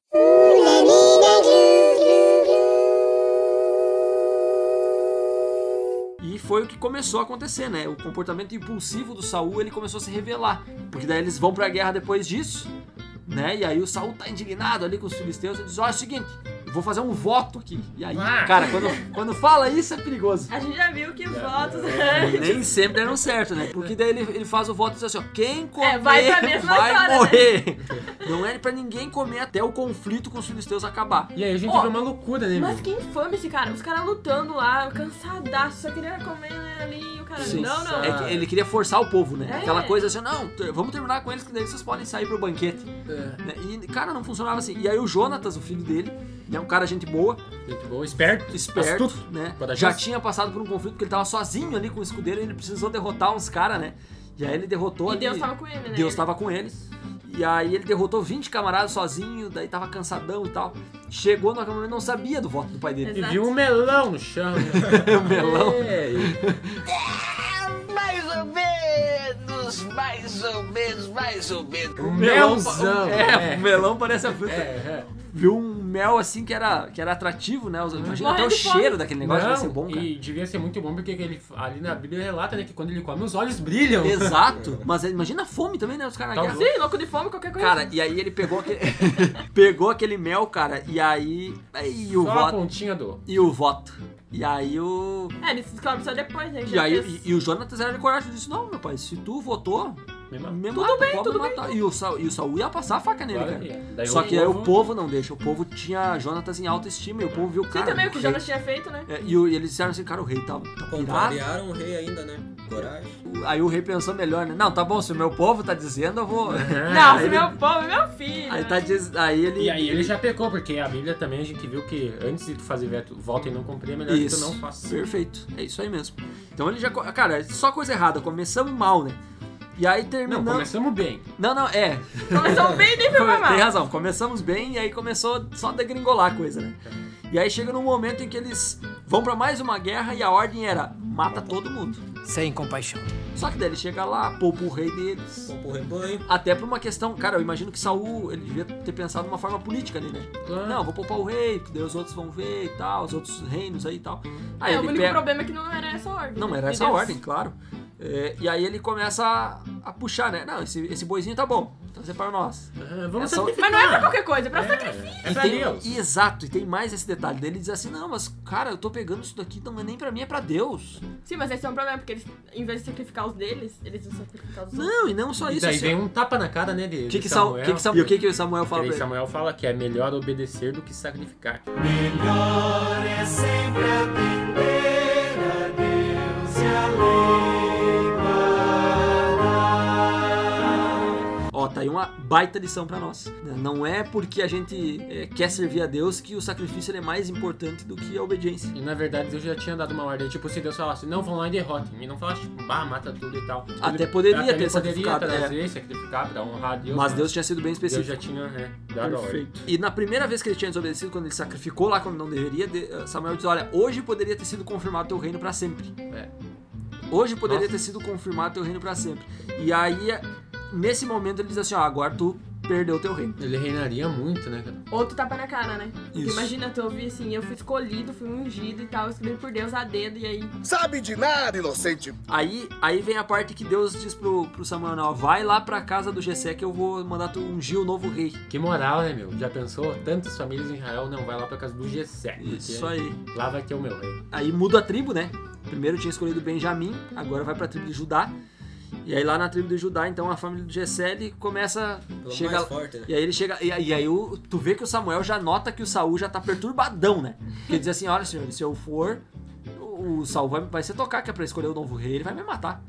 [SPEAKER 1] E foi o que começou a acontecer, né? O comportamento impulsivo do Saul, ele começou a se revelar. Porque daí eles vão pra guerra depois disso, né? E aí o Saul tá indignado ali com os filisteus e diz: "Ó, é o seguinte, eu vou fazer um voto aqui". E aí,
[SPEAKER 4] Ah.
[SPEAKER 1] cara, quando, quando fala isso é perigoso.
[SPEAKER 4] A gente já viu que os votos.
[SPEAKER 1] Nem sempre deram certo, né? Porque daí ele, ele faz o voto e diz assim, ó, quem comer
[SPEAKER 4] É, vai pra mesma
[SPEAKER 1] vai
[SPEAKER 4] hora, né?
[SPEAKER 1] morrer. Não é pra ninguém comer até o conflito com os filisteus acabar.
[SPEAKER 2] E aí a gente
[SPEAKER 4] Ó,
[SPEAKER 2] vê uma loucura, né,
[SPEAKER 4] Mas
[SPEAKER 2] meu?
[SPEAKER 4] que infame esse cara. Os caras lutando lá, cansadaço, só queria comer né, ali. E o cara,
[SPEAKER 1] Sim.
[SPEAKER 4] não, não.
[SPEAKER 1] É que ele queria forçar o povo, né?
[SPEAKER 4] É.
[SPEAKER 1] Aquela coisa assim, não, t- vamos terminar com eles que daí vocês podem sair pro banquete.
[SPEAKER 2] É,
[SPEAKER 1] né? E, cara, não funcionava assim. E aí o Jonatas, o filho dele, né? Um cara gente boa,
[SPEAKER 2] Muito bom, esperto,
[SPEAKER 1] esperto,
[SPEAKER 2] astuto.
[SPEAKER 1] né?
[SPEAKER 2] Pode
[SPEAKER 1] Já
[SPEAKER 2] achar.
[SPEAKER 1] tinha passado por um conflito porque ele tava sozinho ali com o escudeiro e ele precisou derrotar uns caras, né? E aí ele derrotou
[SPEAKER 4] E
[SPEAKER 1] ali-
[SPEAKER 4] Deus tava com ele, né?
[SPEAKER 1] Deus tava com ele. E aí ele derrotou 20 camaradas sozinho, daí tava cansadão e tal. Chegou no acampamento e não sabia do voto do pai dele.
[SPEAKER 2] E
[SPEAKER 4] Exato.
[SPEAKER 2] viu um melão no chão. né?
[SPEAKER 1] o melão.
[SPEAKER 2] É, e-
[SPEAKER 9] Mais ou menos, mais ou menos, mais ou menos.
[SPEAKER 2] um
[SPEAKER 1] Melão-
[SPEAKER 2] melãozão.
[SPEAKER 1] É,
[SPEAKER 2] é.
[SPEAKER 1] o melão parece a fruta.
[SPEAKER 2] É, é.
[SPEAKER 1] Viu um mel assim que era, que era atrativo, né? Os- Imagina até
[SPEAKER 4] Morre
[SPEAKER 1] o
[SPEAKER 4] de fome.
[SPEAKER 1] cheiro daquele negócio vai ser bom, cara.
[SPEAKER 2] E devia ser muito bom porque ele, ali na Bíblia relata né, que quando ele come, os olhos brilham.
[SPEAKER 1] Exato. Mas aí, imagina a fome também, né? Os caras na
[SPEAKER 2] Tá
[SPEAKER 1] guerra.
[SPEAKER 2] louco.
[SPEAKER 4] Sim, louco de fome, qualquer coisa.
[SPEAKER 1] Cara, e aí ele pegou aquele, pegou aquele mel, cara, e aí. E o
[SPEAKER 2] Só a
[SPEAKER 1] voto.
[SPEAKER 2] pontinha do.
[SPEAKER 1] E o voto. E aí o.
[SPEAKER 4] É, ele se descobre só depois, né?
[SPEAKER 1] E
[SPEAKER 4] Já
[SPEAKER 1] aí
[SPEAKER 4] fez-
[SPEAKER 1] e, e o Jonatas era de coragem disse: Não, meu pai, se tu votou,
[SPEAKER 2] Mesmo.
[SPEAKER 1] me mata, pode me matar. E, o Saul, e o Saul ia passar a faca nele,
[SPEAKER 2] Claro que
[SPEAKER 1] cara.
[SPEAKER 2] ia. Daí
[SPEAKER 1] Só
[SPEAKER 2] o
[SPEAKER 1] que aí o
[SPEAKER 2] povo-
[SPEAKER 1] povo não deixa. O povo tinha Jonatas em autoestima e o povo viu o
[SPEAKER 4] Sim,
[SPEAKER 1] cara.
[SPEAKER 4] também o que
[SPEAKER 1] rei-
[SPEAKER 4] o Jonas tinha feito, né?
[SPEAKER 1] é, e, o- e eles disseram assim, cara, o rei tá, tá pirado.
[SPEAKER 3] Contrariaram o rei ainda, né? Coragem.
[SPEAKER 1] Aí o rei pensou melhor, né? Não, tá bom, se o meu povo tá dizendo, eu vou.
[SPEAKER 2] É.
[SPEAKER 4] não,
[SPEAKER 1] É, aí
[SPEAKER 4] se meu povo, é meu filho.
[SPEAKER 1] Aí, tá diz... aí ele.
[SPEAKER 2] E aí ele já pecou, porque a Bíblia também a gente viu que antes de tu fazer veto, volta e não cumprir, é melhor que tu
[SPEAKER 1] Isso.
[SPEAKER 2] não faça.
[SPEAKER 1] Perfeito. É isso aí mesmo. Então ele já. co- Cara, só coisa errada. Começamos mal, né? E aí
[SPEAKER 2] Não,
[SPEAKER 1] terminamos.
[SPEAKER 2] começamos bem.
[SPEAKER 1] não, não, é.
[SPEAKER 4] Começou bem, nem foi pra mal.
[SPEAKER 1] Tem razão. Começamos bem e aí começou só a degringolar a coisa, né?
[SPEAKER 2] É.
[SPEAKER 1] E aí chega num momento em que eles vão pra mais uma guerra e a ordem era mata todo mundo.
[SPEAKER 10] Sem compaixão.
[SPEAKER 1] Só que daí ele chega lá, poupa o rei deles.
[SPEAKER 3] Vamos pro rebanho.
[SPEAKER 1] Até por uma questão, cara, eu imagino que Saul ele devia ter pensado de uma forma política ali, né?
[SPEAKER 2] Claro.
[SPEAKER 1] Não, vou poupar o rei, porque daí os outros vão ver e tal, os outros reinos aí e tal. Aí
[SPEAKER 4] É, o
[SPEAKER 1] ele
[SPEAKER 4] único
[SPEAKER 1] pega...
[SPEAKER 4] problema é que não era essa ordem.
[SPEAKER 1] assim, Não,
[SPEAKER 4] né?
[SPEAKER 1] era
[SPEAKER 4] De
[SPEAKER 1] essa a
[SPEAKER 4] Deus.
[SPEAKER 1] ordem, claro. É, e aí ele começa a, a puxar, né? Não, esse, esse boizinho tá bom, trazer para nós.
[SPEAKER 2] Ah, vamos
[SPEAKER 1] É só-
[SPEAKER 2] sacrificar.
[SPEAKER 4] Mas não é pra qualquer coisa, é pra sacrifício.
[SPEAKER 2] É, é pra
[SPEAKER 1] E tem-
[SPEAKER 2] Deus.
[SPEAKER 1] e exato, e tem mais esse detalhe dele diz assim: não, mas cara, eu tô pegando isso daqui, não é nem pra mim, é pra Deus.
[SPEAKER 4] Sim, mas esse é um problema, porque eles, em vez de sacrificar os deles, eles vão sacrificar os outros.
[SPEAKER 1] Não, e não só
[SPEAKER 2] E
[SPEAKER 1] isso.
[SPEAKER 2] daí
[SPEAKER 1] assim,
[SPEAKER 2] vem um tapa na cara, né, de,
[SPEAKER 1] ó,
[SPEAKER 2] de
[SPEAKER 1] que que Saul-
[SPEAKER 2] Samuel.
[SPEAKER 1] que que Samuel- e o que, que o Samuel
[SPEAKER 2] Que
[SPEAKER 1] fala
[SPEAKER 2] daí
[SPEAKER 1] pra ele?
[SPEAKER 2] Samuel fala que é melhor obedecer do que sacrificar.
[SPEAKER 1] Ó, tá aí uma baita lição pra nós. né? Não é porque a gente é, quer servir a Deus que o sacrifício ele é mais importante do que a obediência.
[SPEAKER 2] E na verdade Deus já tinha dado uma ordem, tipo, se Deus falasse, não, vão lá e derrotem. E não falasse, tipo, bah, mata tudo e tal.
[SPEAKER 1] Até poderia
[SPEAKER 2] até
[SPEAKER 1] ter
[SPEAKER 2] ele poderia
[SPEAKER 1] sacrificado, é.
[SPEAKER 2] trazer, sacrificar pra honrar a Deus. né?
[SPEAKER 1] Mas Deus tinha sido bem
[SPEAKER 2] Deus
[SPEAKER 1] específico.
[SPEAKER 2] já tinha né, dado a ordem.
[SPEAKER 1] E na primeira vez que ele tinha desobedecido, quando ele sacrificou lá quando não deveria, de- eh, Samuel diz: Olha, hoje poderia ter sido confirmado teu reino pra sempre.
[SPEAKER 2] É.
[SPEAKER 1] Hoje poderia
[SPEAKER 2] Nossa.
[SPEAKER 1] ter sido confirmado teu reino pra sempre. E aí, eh, nesse momento, ele diz assim: Ó, agora tu perdeu teu reino.
[SPEAKER 2] Ele reinaria muito, né, cara?
[SPEAKER 4] Outro tapa na cara, né? Porque
[SPEAKER 1] Isso.
[SPEAKER 4] imagina, tu ouvir assim, eu fui escolhido, fui ungido e tal, escolhido por Deus a dedo, e aí.
[SPEAKER 1] É
[SPEAKER 9] Sabe de nada, inocente.
[SPEAKER 1] Aí, aí vem a parte que Deus diz pro, pro Samuel: Não, vai lá pra casa do Jessé que eu vou mandar tu ungir o novo rei.
[SPEAKER 2] Que moral, né, meu? Já pensou? Tantas famílias em Israel, não, vai lá pra casa do Gessé. porque
[SPEAKER 1] Isso aí.
[SPEAKER 2] Lá vai ter o meu rei.
[SPEAKER 1] Aí muda a tribo, né? Primeiro tinha escolhido Benjamim, agora vai pra tribo de Judá. E aí lá na tribo de Judá, então a família do Jessé ele começa
[SPEAKER 3] Pelo
[SPEAKER 1] chega
[SPEAKER 3] mais forte, né?
[SPEAKER 1] E aí ele chega. E aí, e aí o- tu vê que o Samuel já nota que o Saul já tá perturbadão, né? Porque ele diz assim: olha, senhores, se eu for, o o Saul vai, vai se tocar, que é pra escolher o novo rei, ele vai me matar.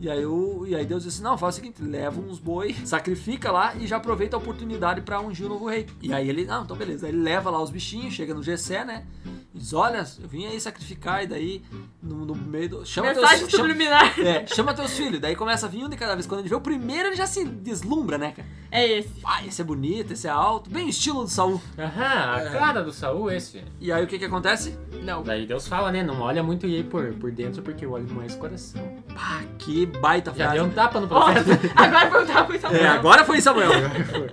[SPEAKER 1] E aí, o, e aí Deus disse: Não, faz o seguinte, leva uns boi, sacrifica lá e já aproveita a oportunidade pra ungir o novo rei. E aí ele, não, então beleza. Aí ele leva lá os bichinhos, chega no Gessé, né? E diz: Olha, eu vim aí sacrificar, e daí no, no meio do. Chama teus,
[SPEAKER 4] Mensagem
[SPEAKER 1] assim, chama,
[SPEAKER 4] subliminar.
[SPEAKER 1] é, chama teus filhos. Daí começa a vir um de cada vez. Quando ele vê o primeiro, ele já se deslumbra, né, cara?
[SPEAKER 4] É esse.
[SPEAKER 1] Ah, esse é bonito, esse é alto, bem estilo do Saul.
[SPEAKER 2] Aham,
[SPEAKER 1] É.
[SPEAKER 2] a cara do Saul esse.
[SPEAKER 1] E aí o que que acontece?
[SPEAKER 4] Não.
[SPEAKER 2] Daí Deus fala, né? Não olha muito ele por, por dentro porque olha mais o é coração.
[SPEAKER 1] Pá, que baita
[SPEAKER 2] Já
[SPEAKER 1] frase.
[SPEAKER 2] deu um tapa no
[SPEAKER 4] Ó,
[SPEAKER 2] profeta.
[SPEAKER 4] agora perguntar pro Samuel.
[SPEAKER 1] É, agora foi Samuel.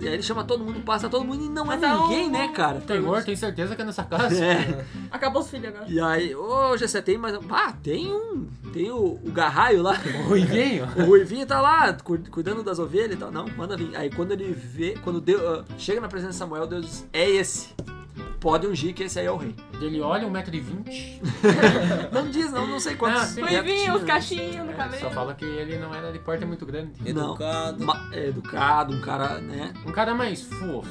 [SPEAKER 1] e aí ele chama todo mundo, passa todo mundo e não
[SPEAKER 4] Mas
[SPEAKER 1] é
[SPEAKER 4] é
[SPEAKER 1] ninguém,
[SPEAKER 4] um-
[SPEAKER 1] né, cara?
[SPEAKER 2] Senhor, tem certeza que é nessa casa?
[SPEAKER 1] É.
[SPEAKER 4] Acabou os filhos agora.
[SPEAKER 1] E aí, ô, Gessé, tem mais. Ah, tem um. Tem o, o garraio lá.
[SPEAKER 2] Ruivinho.
[SPEAKER 1] O Ruivinho tá lá cu- cuidando das ovelhas e tal. Não, manda vir. Aí quando ele vê, quando Deus, ah, chega na presença de Samuel, Deus diz: É esse. Pode ungir que esse aí é o rei.
[SPEAKER 2] Ele olha 1,20m.
[SPEAKER 1] Não diz, não, não sei quantos.
[SPEAKER 2] Ah, sim.
[SPEAKER 1] metros
[SPEAKER 4] Ruivinho,
[SPEAKER 1] é tinha. é,
[SPEAKER 4] os cachinhos no cabelo.
[SPEAKER 2] Só fala que ele não era de porta muito grande.
[SPEAKER 1] Não.
[SPEAKER 3] Educado.
[SPEAKER 1] Ma- é, educado, um cara, né?
[SPEAKER 2] Um cara mais fofo.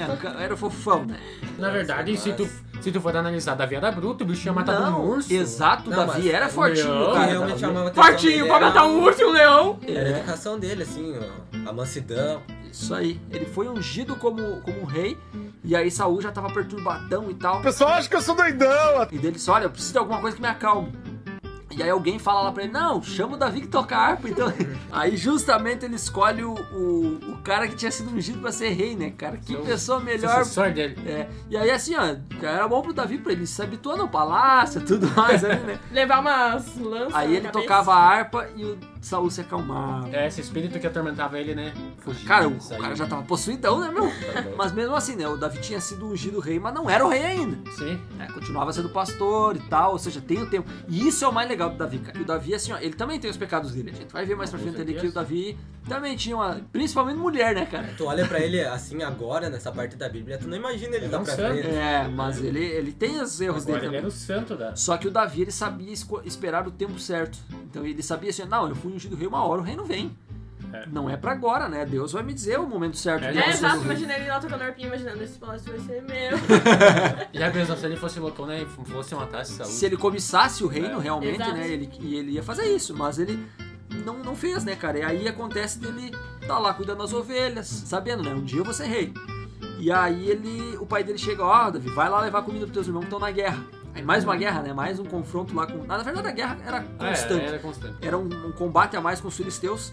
[SPEAKER 1] Era um cara- Era fofão, né?
[SPEAKER 2] Na verdade, se tu, se tu for analisar Davi era bruto, o bicho tinha matado um urso.
[SPEAKER 1] Exato,
[SPEAKER 3] Não,
[SPEAKER 1] Davi
[SPEAKER 3] mas
[SPEAKER 1] era
[SPEAKER 3] o
[SPEAKER 1] fortinho,
[SPEAKER 2] leão
[SPEAKER 1] cara. tá
[SPEAKER 3] realmente
[SPEAKER 1] Davi.
[SPEAKER 3] chamava atenção
[SPEAKER 4] Fortinho
[SPEAKER 3] dele
[SPEAKER 4] pra
[SPEAKER 3] era
[SPEAKER 4] matar um
[SPEAKER 3] o-
[SPEAKER 4] urso e um leão.
[SPEAKER 3] Era a
[SPEAKER 1] É.
[SPEAKER 3] educação dele, assim, ó, a mansidão.
[SPEAKER 1] Isso aí. Ele foi ungido como, como um rei. E aí Saul já tava perturbadão e tal.
[SPEAKER 10] pessoal acha que eu sou doidão.
[SPEAKER 1] E dele disse: Olha, eu preciso de alguma coisa que me acalme. E aí alguém fala lá pra ele, não, chama o Davi que toca harpa, então... aí justamente ele escolhe o, o, o cara que tinha sido ungido pra ser rei, né, cara? Que
[SPEAKER 2] Seu-
[SPEAKER 1] pessoa
[SPEAKER 2] O
[SPEAKER 1] melhor...
[SPEAKER 2] sucessor dele.
[SPEAKER 1] É, e aí assim, ó, já era bom pro Davi, pra ele se habituar no palácio tudo mais ali, né?
[SPEAKER 4] Levar umas lanças.
[SPEAKER 1] Aí
[SPEAKER 4] na
[SPEAKER 1] ele
[SPEAKER 4] cabeça.
[SPEAKER 1] tocava a harpa e o Saul se acalmava.
[SPEAKER 2] É esse espírito que atormentava ele, né? Fugiu.
[SPEAKER 1] Cara, o,
[SPEAKER 2] saiu.
[SPEAKER 1] o cara já tava possuidão, né, meu? Mas mesmo assim, né? O Davi tinha sido ungido rei, mas não era o rei ainda.
[SPEAKER 2] Sim.
[SPEAKER 1] né, Continuava sendo pastor e tal, ou seja, tem o tempo. E isso é o mais legal do Davi, cara. Que o Davi, assim, ó, ele também tem os pecados dele. A gente vai ver mais pra
[SPEAKER 2] Com
[SPEAKER 1] frente ali que o
[SPEAKER 2] certeza.
[SPEAKER 1] Davi também tinha uma. Principalmente mulher, né, cara?
[SPEAKER 3] Tu olha pra ele assim agora, nessa parte da Bíblia, tu não imagina ele
[SPEAKER 2] Ele
[SPEAKER 3] lá
[SPEAKER 2] é um
[SPEAKER 3] pra
[SPEAKER 2] santo.
[SPEAKER 3] frente.
[SPEAKER 1] É, mas ele, ele tem os erros dele
[SPEAKER 2] Agora ele é
[SPEAKER 1] também.
[SPEAKER 2] era o santo né? da.
[SPEAKER 1] Só que o Davi, ele sabia esco- esperar o tempo certo. Então ele sabia assim, não, eu fui ungido rei uma hora, o rei não vem.
[SPEAKER 2] É.
[SPEAKER 1] Não é pra agora, né? Deus vai me dizer o momento certo.
[SPEAKER 2] É,
[SPEAKER 1] de eu
[SPEAKER 4] É,
[SPEAKER 1] ser
[SPEAKER 4] exato,
[SPEAKER 1] ungido.
[SPEAKER 4] imaginei ele lá tocando arpinha, imaginando esse palácio vai ser meu.
[SPEAKER 2] Já pensou se ele fosse loucão, né? E fosse matar esse Saul.
[SPEAKER 1] se ele cobiçasse o reino realmente,
[SPEAKER 4] Exato.
[SPEAKER 1] né? Ele, e ele ia fazer isso, mas ele não, não fez, né, cara? E aí acontece dele tá lá cuidando das ovelhas, sabendo, né? Um dia eu vou ser rei. E aí ele, o pai dele chega, ó, Davi, vai lá levar comida pros teus irmãos que estão na guerra. Aí mais uma guerra, né? Mais um confronto lá com. Ah, na verdade a guerra era
[SPEAKER 2] Ah,
[SPEAKER 1] constante.
[SPEAKER 2] é, era constante.
[SPEAKER 1] Era um, um combate a mais com os filisteus.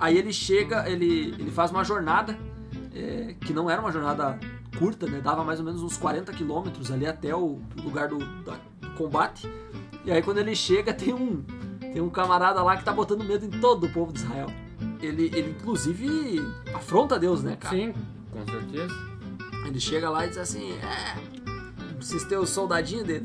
[SPEAKER 1] Aí ele chega, ele, ele faz uma jornada, é, que não era uma jornada curta, né? Dava mais ou menos uns 40 quilômetros ali até o lugar do, da- do combate. E aí quando ele chega, tem um, tem um camarada lá que tá botando medo em todo o povo de Israel. Ele, ele inclusive, afronta Deus, né, cara?
[SPEAKER 2] Sim, com certeza.
[SPEAKER 1] Ele chega lá e diz assim: É, vocês têm o soldadinho de,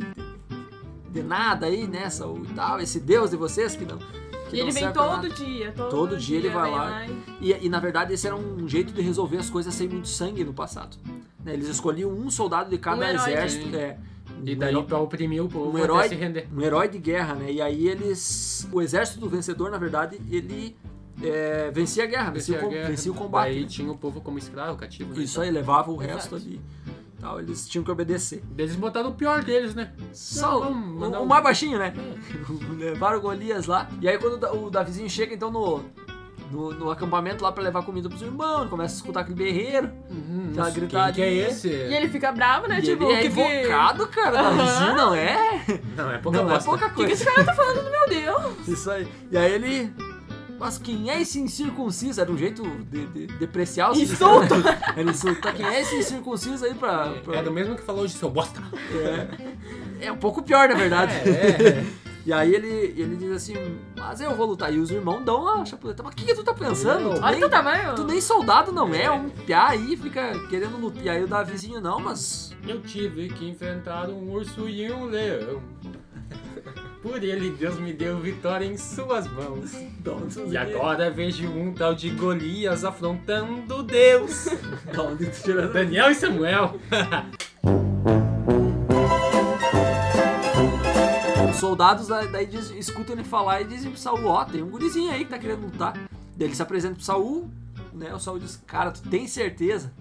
[SPEAKER 1] de nada aí nessa, ou tal, esse Deus de vocês que não. que não
[SPEAKER 4] E ele vem
[SPEAKER 1] serve pra nada."
[SPEAKER 4] todo dia. Todo,
[SPEAKER 1] Todo dia ele vai
[SPEAKER 4] vem
[SPEAKER 1] lá.
[SPEAKER 4] e-
[SPEAKER 1] E, e, na verdade esse era um jeito de resolver as coisas sem muito sangue no passado. né? Eles escolhiam um soldado de cada
[SPEAKER 4] Um herói,
[SPEAKER 1] exército.
[SPEAKER 2] né?
[SPEAKER 1] é,
[SPEAKER 2] E
[SPEAKER 1] um
[SPEAKER 2] daí
[SPEAKER 1] heró-
[SPEAKER 2] pra oprimir o povo
[SPEAKER 1] um herói-
[SPEAKER 2] até se render.
[SPEAKER 1] um herói de guerra, né? E aí eles. O exército do vencedor, na verdade, ele é, vencia a guerra, vencia,
[SPEAKER 2] Vencia a
[SPEAKER 1] o, com-
[SPEAKER 2] guerra.
[SPEAKER 1] vencia o combate.
[SPEAKER 2] Daí
[SPEAKER 1] né?
[SPEAKER 2] tinha o povo como escravo, cativo. né?
[SPEAKER 1] Isso aí, levava o
[SPEAKER 2] Exato.
[SPEAKER 1] resto ali. Tal, eles tinham que obedecer.
[SPEAKER 2] Eles botaram o pior deles, né?
[SPEAKER 1] Só
[SPEAKER 2] Não, vamos
[SPEAKER 1] o,
[SPEAKER 2] mandar
[SPEAKER 1] o
[SPEAKER 2] um-
[SPEAKER 1] mais baixinho, né? Levaram o Golias lá. E aí quando o Da- o Davizinho chega, então, no, no, no acampamento lá pra levar comida pros irmãos, ele começa a escutar aquele berreiro.
[SPEAKER 2] Uhum,
[SPEAKER 1] Tá
[SPEAKER 2] nossa,
[SPEAKER 1] gritadinha.
[SPEAKER 2] quem que é esse?
[SPEAKER 4] E ele fica bravo, né?
[SPEAKER 1] E
[SPEAKER 4] tipo,
[SPEAKER 1] ele é
[SPEAKER 4] que que-
[SPEAKER 1] invocado, cara. O Davizinho não é?
[SPEAKER 2] Não, é pouca
[SPEAKER 1] não
[SPEAKER 2] bosta.
[SPEAKER 1] é pouca
[SPEAKER 4] Que, que
[SPEAKER 1] coisa.
[SPEAKER 4] esse cara tá falando do meu Deus?
[SPEAKER 1] Isso aí. E aí ele... Mas quem é esse incircunciso? Era um jeito de, de depreciar os
[SPEAKER 4] Insulto.
[SPEAKER 1] Era insulto. Tá, Quem é esse incircunciso aí pra... pra-
[SPEAKER 2] É do mesmo que falou hoje, seu bosta.
[SPEAKER 1] É um pouco pior, na verdade.
[SPEAKER 2] É,
[SPEAKER 1] E aí ele, ele diz assim, mas eu vou lutar. E os irmãos dão a chapuleta. Mas o que, que tu tá pensando?
[SPEAKER 2] Eu-
[SPEAKER 1] Tu
[SPEAKER 4] Olha o
[SPEAKER 1] nem-
[SPEAKER 4] teu tamanho.
[SPEAKER 1] Tu nem soldado não é, um piá aí fica querendo lutar. E aí o Davizinho, não, mas.
[SPEAKER 2] Eu tive que enfrentar um urso e um leão. Por ele, Deus me deu vitória em suas mãos. E agora vejo um tal de Golias afrontando Deus. Daniel e Samuel.
[SPEAKER 1] Os soldados da- daí diz- escutam ele falar e dizem pro Saul, ó, tem um gurizinho aí que tá querendo lutar. Daí ele se apresenta pro Saul, né? O Saul diz, cara, tu tem certeza?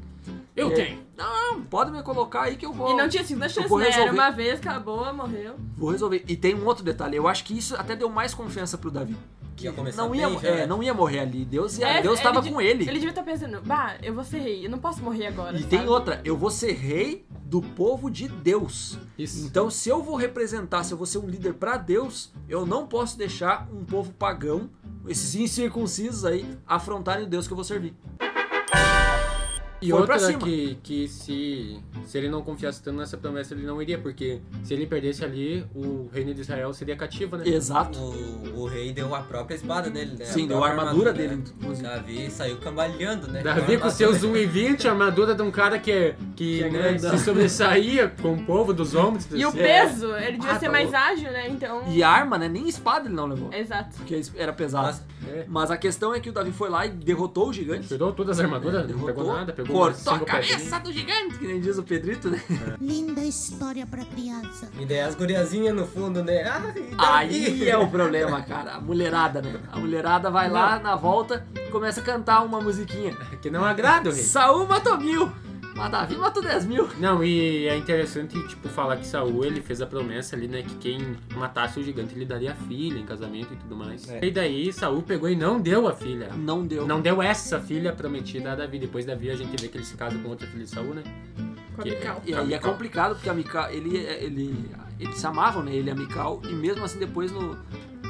[SPEAKER 2] Eu
[SPEAKER 1] É.
[SPEAKER 2] tenho.
[SPEAKER 1] Não, pode me colocar aí que eu vou.
[SPEAKER 4] E não tinha segunda
[SPEAKER 1] Eu
[SPEAKER 4] chance,
[SPEAKER 1] vou
[SPEAKER 4] né? Era
[SPEAKER 1] resolver.
[SPEAKER 4] uma vez, acabou, morreu.
[SPEAKER 1] Vou resolver. E tem um outro detalhe, eu acho que isso até deu mais confiança pro Davi. que
[SPEAKER 3] Ia começar
[SPEAKER 1] não ia,
[SPEAKER 3] bem já,
[SPEAKER 1] é,
[SPEAKER 3] né?
[SPEAKER 1] não ia morrer ali. Deus, ia,
[SPEAKER 4] É,
[SPEAKER 1] Deus tava
[SPEAKER 4] de-
[SPEAKER 1] com ele.
[SPEAKER 4] Ele devia estar pensando, bah, eu vou ser rei, eu não posso morrer agora.
[SPEAKER 1] E tem
[SPEAKER 4] sabe?
[SPEAKER 1] outra, eu vou ser rei do povo de Deus.
[SPEAKER 2] Isso.
[SPEAKER 1] Então, se eu vou representar, se eu vou ser um líder pra Deus, eu não posso deixar um povo pagão, esses incircuncisos aí, afrontarem o Deus que eu vou servir.
[SPEAKER 2] E
[SPEAKER 1] Foi
[SPEAKER 2] outra
[SPEAKER 1] pra cima.
[SPEAKER 2] que, que se, se ele não confiasse tanto nessa promessa, ele não iria, porque se ele perdesse ali, o reino de Israel seria cativo, né?
[SPEAKER 1] Exato.
[SPEAKER 3] O, o rei deu a própria espada dele, né?
[SPEAKER 1] Sim,
[SPEAKER 3] a
[SPEAKER 1] deu a
[SPEAKER 3] própria
[SPEAKER 1] armadura dele, então, assim. inclusive.
[SPEAKER 3] Davi saiu cambalhando, né?
[SPEAKER 2] Davi com
[SPEAKER 1] um-
[SPEAKER 2] seus 1,20, a armadura de um cara que, que,
[SPEAKER 1] Que é
[SPEAKER 2] né,
[SPEAKER 1] grandão.
[SPEAKER 2] se sobressaía com o povo dos homens.
[SPEAKER 4] E o
[SPEAKER 2] assim.
[SPEAKER 4] peso, ele devia
[SPEAKER 1] Ah,
[SPEAKER 4] ser
[SPEAKER 1] tá
[SPEAKER 4] mais
[SPEAKER 1] louco.
[SPEAKER 4] ágil, né? Então.
[SPEAKER 1] E arma, né? Nem espada ele não levou.
[SPEAKER 4] Exato.
[SPEAKER 1] Porque era pesado.
[SPEAKER 3] Nossa,
[SPEAKER 2] É.
[SPEAKER 1] Mas a questão é que o Davi foi lá e derrotou o gigante. É,
[SPEAKER 2] Pegou todas as armaduras, não
[SPEAKER 1] Derrotou,
[SPEAKER 2] pegou nada, pegou
[SPEAKER 1] cortou a
[SPEAKER 2] cinco
[SPEAKER 1] cabeça
[SPEAKER 2] pezinhos.
[SPEAKER 1] do gigante, que nem diz o Pedrito, né?
[SPEAKER 10] Linda história pra criança.
[SPEAKER 3] E daí as guriazinhas no fundo, né? Ai, Davi!
[SPEAKER 1] Aí é o problema, cara. A mulherada, né? A mulherada vai lá na volta e começa a cantar uma musiquinha.
[SPEAKER 2] Que não agrada o rei.
[SPEAKER 1] Saúl matou mil, mas Davi matou 10 mil.
[SPEAKER 2] Não, e é interessante, tipo, falar que Saul, ele fez a promessa ali, né, que quem matasse o gigante, ele daria a filha em casamento e tudo mais.
[SPEAKER 3] É.
[SPEAKER 2] E daí, Saul pegou e não deu a filha.
[SPEAKER 1] Não deu.
[SPEAKER 2] Não deu essa filha prometida a Davi. Depois Davi a gente vê que ele se casa com outra filha de Saul, né?
[SPEAKER 4] Com a
[SPEAKER 2] Que-
[SPEAKER 4] Mical.
[SPEAKER 1] E aí é complicado, porque a Mical, ele, ele, eles se amavam, né? Ele e a Mical, e mesmo assim depois no...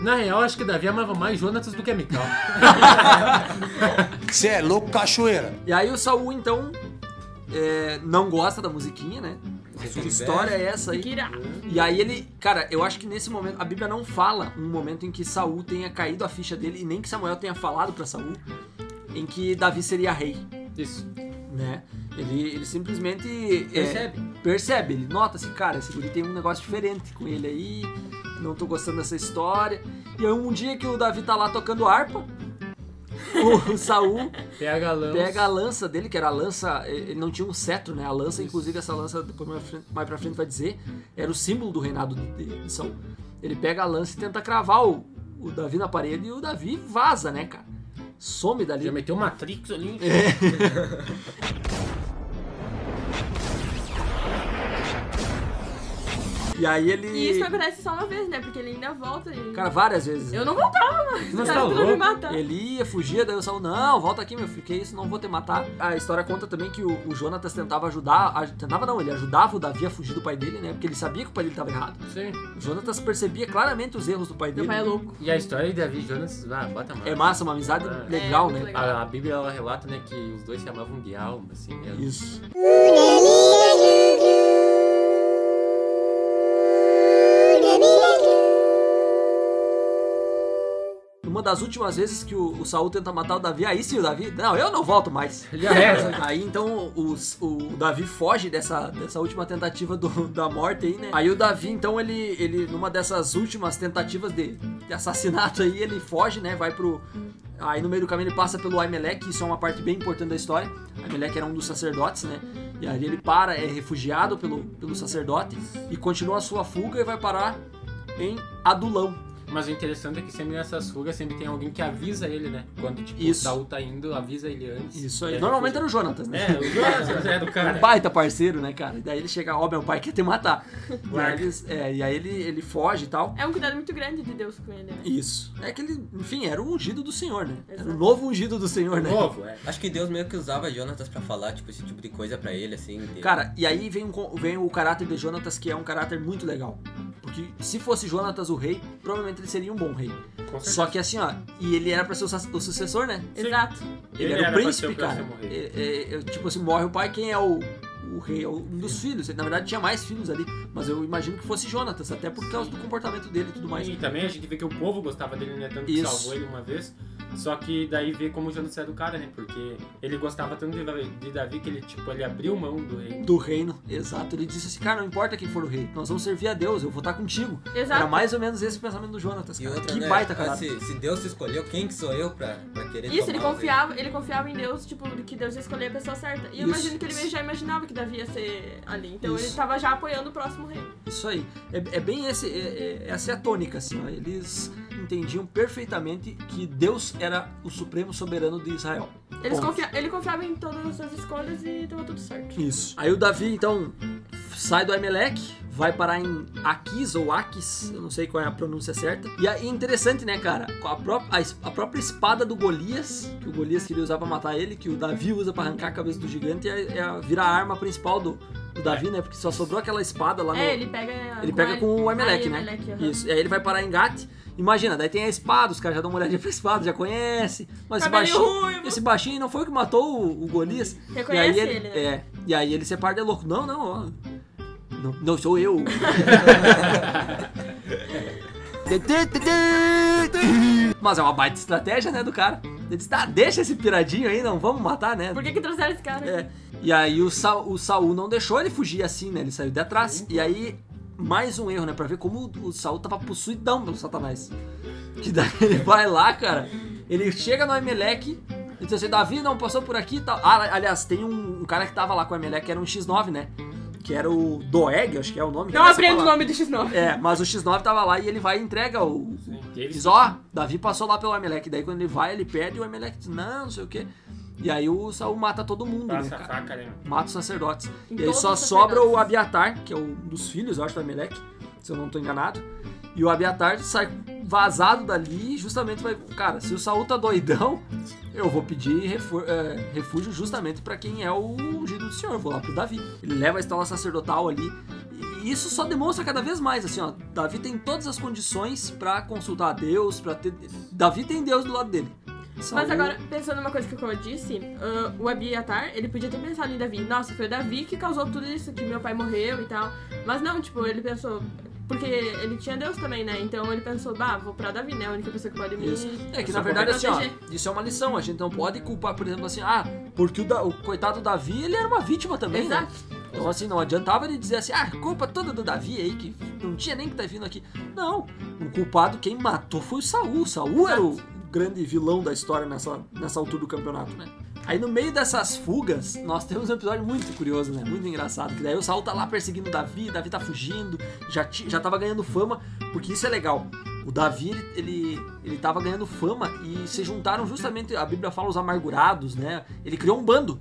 [SPEAKER 2] Na real, acho que Davi amava mais Jonatas do que a Mical.
[SPEAKER 5] Você é louco, cachoeira.
[SPEAKER 1] E aí o Saul, então, é, não gosta da musiquinha, né? Que história é essa aí?
[SPEAKER 4] Kira.
[SPEAKER 1] E aí ele, cara, eu acho que nesse momento a Bíblia não fala um momento em que Saul tenha caído a ficha dele e nem que Samuel tenha falado pra Saul em que Davi seria rei,
[SPEAKER 2] Isso.
[SPEAKER 1] né? Ele, ele simplesmente é,
[SPEAKER 2] Percebe?
[SPEAKER 1] percebe, ele nota assim, cara, esse guri tem um negócio diferente com ele aí, não tô gostando dessa história. E aí um dia que o Davi tá lá tocando harpa, o Saul
[SPEAKER 2] Pega a lança.
[SPEAKER 1] pega a lança dele, que era a lança, eh, ele não tinha um cetro, né? A lança, inclusive essa lança, depois mais, frente- mais pra frente vai dizer, era o símbolo do reinado de, de Saul. Ele pega a lança e tenta cravar o, o Davi na parede e o Davi vaza, né, cara? Some dali.
[SPEAKER 2] Já meteu Matrix ali.
[SPEAKER 1] É. E aí ele.
[SPEAKER 4] E isso acontece só uma vez, né? Porque ele ainda volta e.
[SPEAKER 1] Cara, várias vezes. né?
[SPEAKER 4] Eu não voltava mais.
[SPEAKER 2] Mas
[SPEAKER 4] cara,
[SPEAKER 2] tá
[SPEAKER 4] tu não me
[SPEAKER 2] louco?
[SPEAKER 4] mata.
[SPEAKER 1] Ele ia, fugia, daí o Saul, não, volta aqui, meu filho, que isso, não vou te matar. A história conta também que o, o Jonatas tentava ajudar, a- tentava não, ele ajudava o Davi a fugir do pai dele, né? Porque ele sabia que o pai dele tava errado.
[SPEAKER 2] Sim.
[SPEAKER 1] O Jonatas percebia claramente os erros do pai
[SPEAKER 4] Meu
[SPEAKER 1] dele.
[SPEAKER 4] pai é louco.
[SPEAKER 2] E a história de Davi e Jonas, ah, bota mais.
[SPEAKER 1] É massa, uma amizade
[SPEAKER 2] É.
[SPEAKER 1] legal,
[SPEAKER 4] É,
[SPEAKER 1] né?
[SPEAKER 4] muito legal.
[SPEAKER 2] A, a Bíblia ela relata, né, que os dois se amavam de alma, assim. né?
[SPEAKER 1] Isso. Uma das últimas vezes que o, o Saul tenta matar o Davi, aí sim o Davi, não, eu não volto mais.
[SPEAKER 2] Já era.
[SPEAKER 1] Aí então os- o Davi foge dessa, dessa última tentativa do- da morte aí, né? Aí o Davi, então, ele, ele numa dessas últimas tentativas de, de assassinato aí, ele foge, né? Vai pro. Aí no meio do caminho ele passa pelo Aimelec, isso é uma parte bem importante da história. Aimelec era um dos sacerdotes, né? E aí ele para, é refugiado pelo, pelo sacerdote e continua a sua fuga e vai parar em Adulão.
[SPEAKER 2] Mas o interessante é que sempre nessas fugas sempre tem alguém que avisa ele, né? Quando, tipo,
[SPEAKER 1] Isso.
[SPEAKER 2] o Saul tá indo, avisa ele antes.
[SPEAKER 1] Isso aí. Normalmente era o Jonatas, né?
[SPEAKER 2] É, o Jonas é do cara.
[SPEAKER 1] Um baita parceiro, né, cara? E daí ele chega, ó, meu pai quer te matar. e aí,
[SPEAKER 2] Larga.
[SPEAKER 1] eles- é, e aí ele, ele foge e tal.
[SPEAKER 4] É um cuidado muito grande de Deus com ele, né?
[SPEAKER 1] Isso. É que ele, enfim, era o ungido do Senhor, né? Era o
[SPEAKER 4] Exato.
[SPEAKER 1] novo ungido do Senhor, né?
[SPEAKER 2] Novo, é.
[SPEAKER 3] Acho que Deus meio que usava Jonatas pra falar, tipo, esse tipo de coisa pra ele, assim. de-
[SPEAKER 1] Cara, e aí vem, um con- vem o caráter de Jonatas, que é um caráter muito legal. Porque se fosse Jonatas o rei, provavelmente ele seria um bom rei.
[SPEAKER 2] Com certeza.
[SPEAKER 1] Só que assim, ó, e ele era pra ser o, sa- o sucessor, né?
[SPEAKER 4] Exato.
[SPEAKER 1] Ele,
[SPEAKER 2] Ele
[SPEAKER 1] era,
[SPEAKER 2] era
[SPEAKER 1] o
[SPEAKER 2] pra
[SPEAKER 1] príncipe,
[SPEAKER 2] ser o
[SPEAKER 1] cara.
[SPEAKER 2] próximo rei.
[SPEAKER 1] É, é, é, tipo assim, morre o pai, quem é o, o rei? É um dos filhos. Na verdade, tinha mais filhos ali, mas eu imagino que fosse Jonatas, até por causa do comportamento dele e tudo é mais.
[SPEAKER 2] E também a gente vê que o povo gostava dele, né? Tanto
[SPEAKER 1] Isso.
[SPEAKER 2] que salvou ele uma vez. Só que daí vê como o Jonas é do cara, né? Porque ele gostava tanto de Davi, de Davi que ele, tipo, ele abriu mão do rei.
[SPEAKER 1] Do reino, exato. Ele disse assim, cara, não importa quem for o rei, nós vamos servir a Deus, eu vou estar contigo.
[SPEAKER 4] Exato.
[SPEAKER 1] Era mais ou menos esse o pensamento do Jonatas,
[SPEAKER 3] E
[SPEAKER 1] cara.
[SPEAKER 3] outra,
[SPEAKER 1] que
[SPEAKER 3] né?
[SPEAKER 1] baita,
[SPEAKER 3] ah,
[SPEAKER 1] cara.
[SPEAKER 3] Se, se Deus te escolheu, quem que sou eu pra, pra querer
[SPEAKER 4] Isso,
[SPEAKER 1] tá
[SPEAKER 4] ele
[SPEAKER 3] tomar o
[SPEAKER 4] confiava, ele confiava em Deus, tipo, que Deus ia escolher a pessoa certa.
[SPEAKER 1] né?
[SPEAKER 4] E
[SPEAKER 1] Isso.
[SPEAKER 4] eu imagino que ele meio já imaginava que Davi ia ser ali. Então
[SPEAKER 1] Isso.
[SPEAKER 4] ele tava já apoiando o próximo rei.
[SPEAKER 1] Isso aí. É, é bem esse, é, é- essa é a tônica, assim, ó. Eles entendiam perfeitamente que Deus era o supremo soberano de Israel.
[SPEAKER 4] Eles
[SPEAKER 1] Ponto.
[SPEAKER 4] confia, ele confiava em todas as suas escolhas e tava tudo certo.
[SPEAKER 1] Isso. Aí o Davi, então, sai do Emelec, vai parar em Akis ou Akis, eu não sei qual é a pronúncia certa. E aí, interessante, né, cara? Com A, pró- a es- a própria espada do Golias, que o Golias queria usar pra matar ele, que o Davi usa pra arrancar a cabeça do gigante, é, é a, vira a arma principal do, do Davi, né? Porque só sobrou aquela espada lá no.
[SPEAKER 4] É, ele pega.
[SPEAKER 1] Tá Ele pega com o Emelec,
[SPEAKER 4] Ah,
[SPEAKER 1] né?
[SPEAKER 4] Emelec, aham.
[SPEAKER 1] Isso. E aí ele vai parar em Gat. Imagina, daí tem a espada, os caras já dão uma olhadinha pra espada, já conhece. Mas esse
[SPEAKER 4] Cabelinho
[SPEAKER 1] baixinho,
[SPEAKER 4] ruivo.
[SPEAKER 1] esse baixinho não foi o que matou o, o Golias. e aí
[SPEAKER 4] Reconhece ele, né?
[SPEAKER 1] É. E aí ele separa de louco. Não, não, ó. Não, não sou eu. Mas é uma baita estratégia, né, do cara. Ele diz, tá, deixa esse piradinho aí, não vamos matar, né?
[SPEAKER 4] Por que, que trouxeram esse cara?
[SPEAKER 1] É. E aí o, Sa o Saul não deixou ele fugir assim, né? Ele saiu de atrás. E aí, mais um erro, né? Pra ver como o- o Saul tava possuidão pelo Satanás. Que daí ele vai lá, cara. Ele chega no Emelec. E diz assim, Davi não passou por aqui e tal. Ah, aliás, tem um, um cara que tava lá com o Emelec, que era um X9, né? Que era o Doeg, acho que é o nome.
[SPEAKER 4] Não
[SPEAKER 1] Essa
[SPEAKER 4] aprendo o
[SPEAKER 1] palavra.
[SPEAKER 4] nome do X9.
[SPEAKER 1] É, mas o X9 tava lá e ele vai e entrega o.
[SPEAKER 2] né? E ele-
[SPEAKER 1] Diz, ó, Davi passou lá pelo Emelec. Daí quando ele vai, ele perde e o Emelec diz, não, não sei o quê. E aí o Saul mata todo mundo,
[SPEAKER 2] Passa
[SPEAKER 1] né,
[SPEAKER 2] a
[SPEAKER 1] cara?
[SPEAKER 2] faca, né? meu?
[SPEAKER 1] mata os sacerdotes.
[SPEAKER 4] Em
[SPEAKER 1] e aí
[SPEAKER 4] todos
[SPEAKER 1] só
[SPEAKER 4] os
[SPEAKER 1] sobra
[SPEAKER 4] sacerdotes.
[SPEAKER 1] o Abiatar, que é um dos filhos, eu acho, do Amelec, se eu não tô enganado. E o Abiatar sai vazado dali e justamente vai. Cara, se o Saul tá doidão, eu vou pedir refu- é, refúgio justamente pra quem é o ungido do Senhor. Eu vou lá pro Davi. Ele leva a escola sacerdotal ali. E isso só demonstra cada vez mais, assim, ó. Davi tem todas as condições pra consultar a Deus, para ter. Davi tem Deus do lado dele. Saul-
[SPEAKER 4] Mas agora, pensando numa coisa que eu disse, ah, o Abiatar, ele podia ter pensado em Davi. Nossa, foi o Davi que causou tudo isso, que meu pai morreu e tal. Mas não, tipo, ele pensou. Porque ele tinha Deus também, né? Então ele pensou, bah, vou pra Davi, né? A única pessoa que pode me.
[SPEAKER 1] Isso. É que
[SPEAKER 4] Você
[SPEAKER 1] na verdade
[SPEAKER 4] pode
[SPEAKER 1] assim, ó,
[SPEAKER 4] proteger.
[SPEAKER 1] isso é uma lição, a gente não pode culpar, por exemplo, assim, ah, porque o, da- o coitado Davi, ele era uma vítima também, né?
[SPEAKER 4] Exato.
[SPEAKER 1] Então assim, não adiantava ele dizer assim, ah, culpa toda do Davi aí, que não tinha nem que tá vindo aqui. Não, o culpado quem matou foi o Saul, o Saul era o grande vilão da história nessa, nessa altura do campeonato, né? Aí no meio dessas fugas, nós temos um episódio muito curioso, né? Muito engraçado. Que daí o Saul tá lá perseguindo o Davi, Davi tá fugindo, já, ti- já tava ganhando fama, porque isso é legal. O Davi, ele, ele, ele tava ganhando fama e se juntaram justamente, a Bíblia fala, os amargurados, né? Ele criou um bando.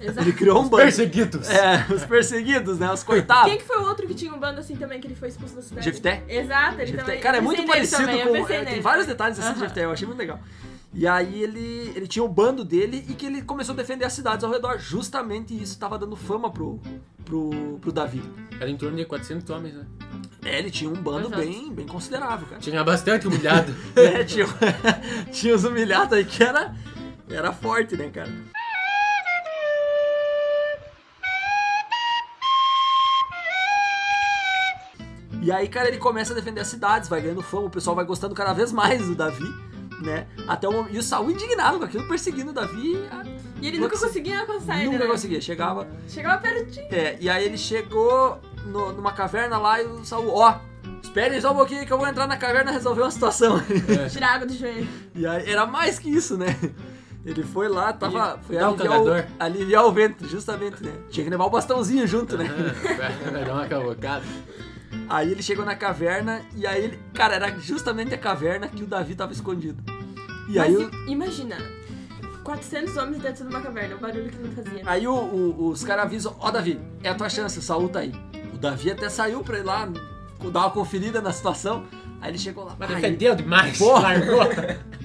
[SPEAKER 4] Exato.
[SPEAKER 1] Ele criou um bando.
[SPEAKER 2] Perseguidos!
[SPEAKER 1] É, os perseguidos, né? Os coitados.
[SPEAKER 4] Quem que foi o outro que tinha um bando assim também, que ele foi expulso da cidade?
[SPEAKER 1] Jefté?
[SPEAKER 4] Exato, ele
[SPEAKER 1] Jefté.
[SPEAKER 4] também.
[SPEAKER 1] Cara, é
[SPEAKER 4] eu
[SPEAKER 1] muito
[SPEAKER 4] pensei nele
[SPEAKER 1] parecido
[SPEAKER 4] também, eu
[SPEAKER 1] com.
[SPEAKER 4] pensei
[SPEAKER 1] é, tem
[SPEAKER 4] nele.
[SPEAKER 1] vários detalhes assim do
[SPEAKER 4] Aham.
[SPEAKER 1] Jefté, eu achei muito legal. E aí ele, ele tinha o bando dele e que ele começou a defender as cidades ao redor. Justamente isso tava dando fama pro, pro, pro Davi.
[SPEAKER 2] Era em torno de 400 homens, né?
[SPEAKER 1] É, ele tinha um bando
[SPEAKER 4] Exato.
[SPEAKER 1] bem, bem considerável, cara.
[SPEAKER 2] Tinha bastante humilhado.
[SPEAKER 1] É, tinha, tinha os humilhados aí que era, era forte, né, cara? E aí, cara, ele começa a defender as cidades, vai ganhando fama, o pessoal vai gostando cada vez mais do Davi, né? Até o, e o Saul indignado com aquilo, perseguindo o Davi. ah,
[SPEAKER 4] E ele nunca
[SPEAKER 1] Putz,
[SPEAKER 4] conseguia conseguir,
[SPEAKER 1] Nunca
[SPEAKER 4] né?
[SPEAKER 1] conseguia, chegava.
[SPEAKER 4] Chegava pertinho.
[SPEAKER 1] É, e aí ele chegou no- numa caverna lá e o Saul, ó, espere só um pouquinho que eu vou entrar na caverna e resolver uma situação.
[SPEAKER 4] Tirar água do joelho.
[SPEAKER 1] E aí, era mais que isso, né? Ele foi lá, tava. Foi
[SPEAKER 2] dá um
[SPEAKER 1] aliviar, o,
[SPEAKER 2] cagador.
[SPEAKER 1] aliviar o ventre, justamente, né? Tinha que levar o bastãozinho junto, né?
[SPEAKER 2] É. Vai dar uma cavocada.
[SPEAKER 1] Aí ele chegou na caverna e aí ele. Cara, era justamente a caverna que o Davi tava escondido. E aí,
[SPEAKER 4] Mas
[SPEAKER 1] o-
[SPEAKER 4] i- imagina, 400 homens dentro de uma caverna, o barulho que ele fazia.
[SPEAKER 1] aí o- o- os caras avisam, ó Davi, é a tua chance, o Saul tá aí. O Davi até saiu pra ir lá dar uma conferida na situação. Aí ele chegou lá.
[SPEAKER 2] Mas
[SPEAKER 1] "Ai,
[SPEAKER 2] defendeu demais.
[SPEAKER 1] Porra.
[SPEAKER 2] Largou.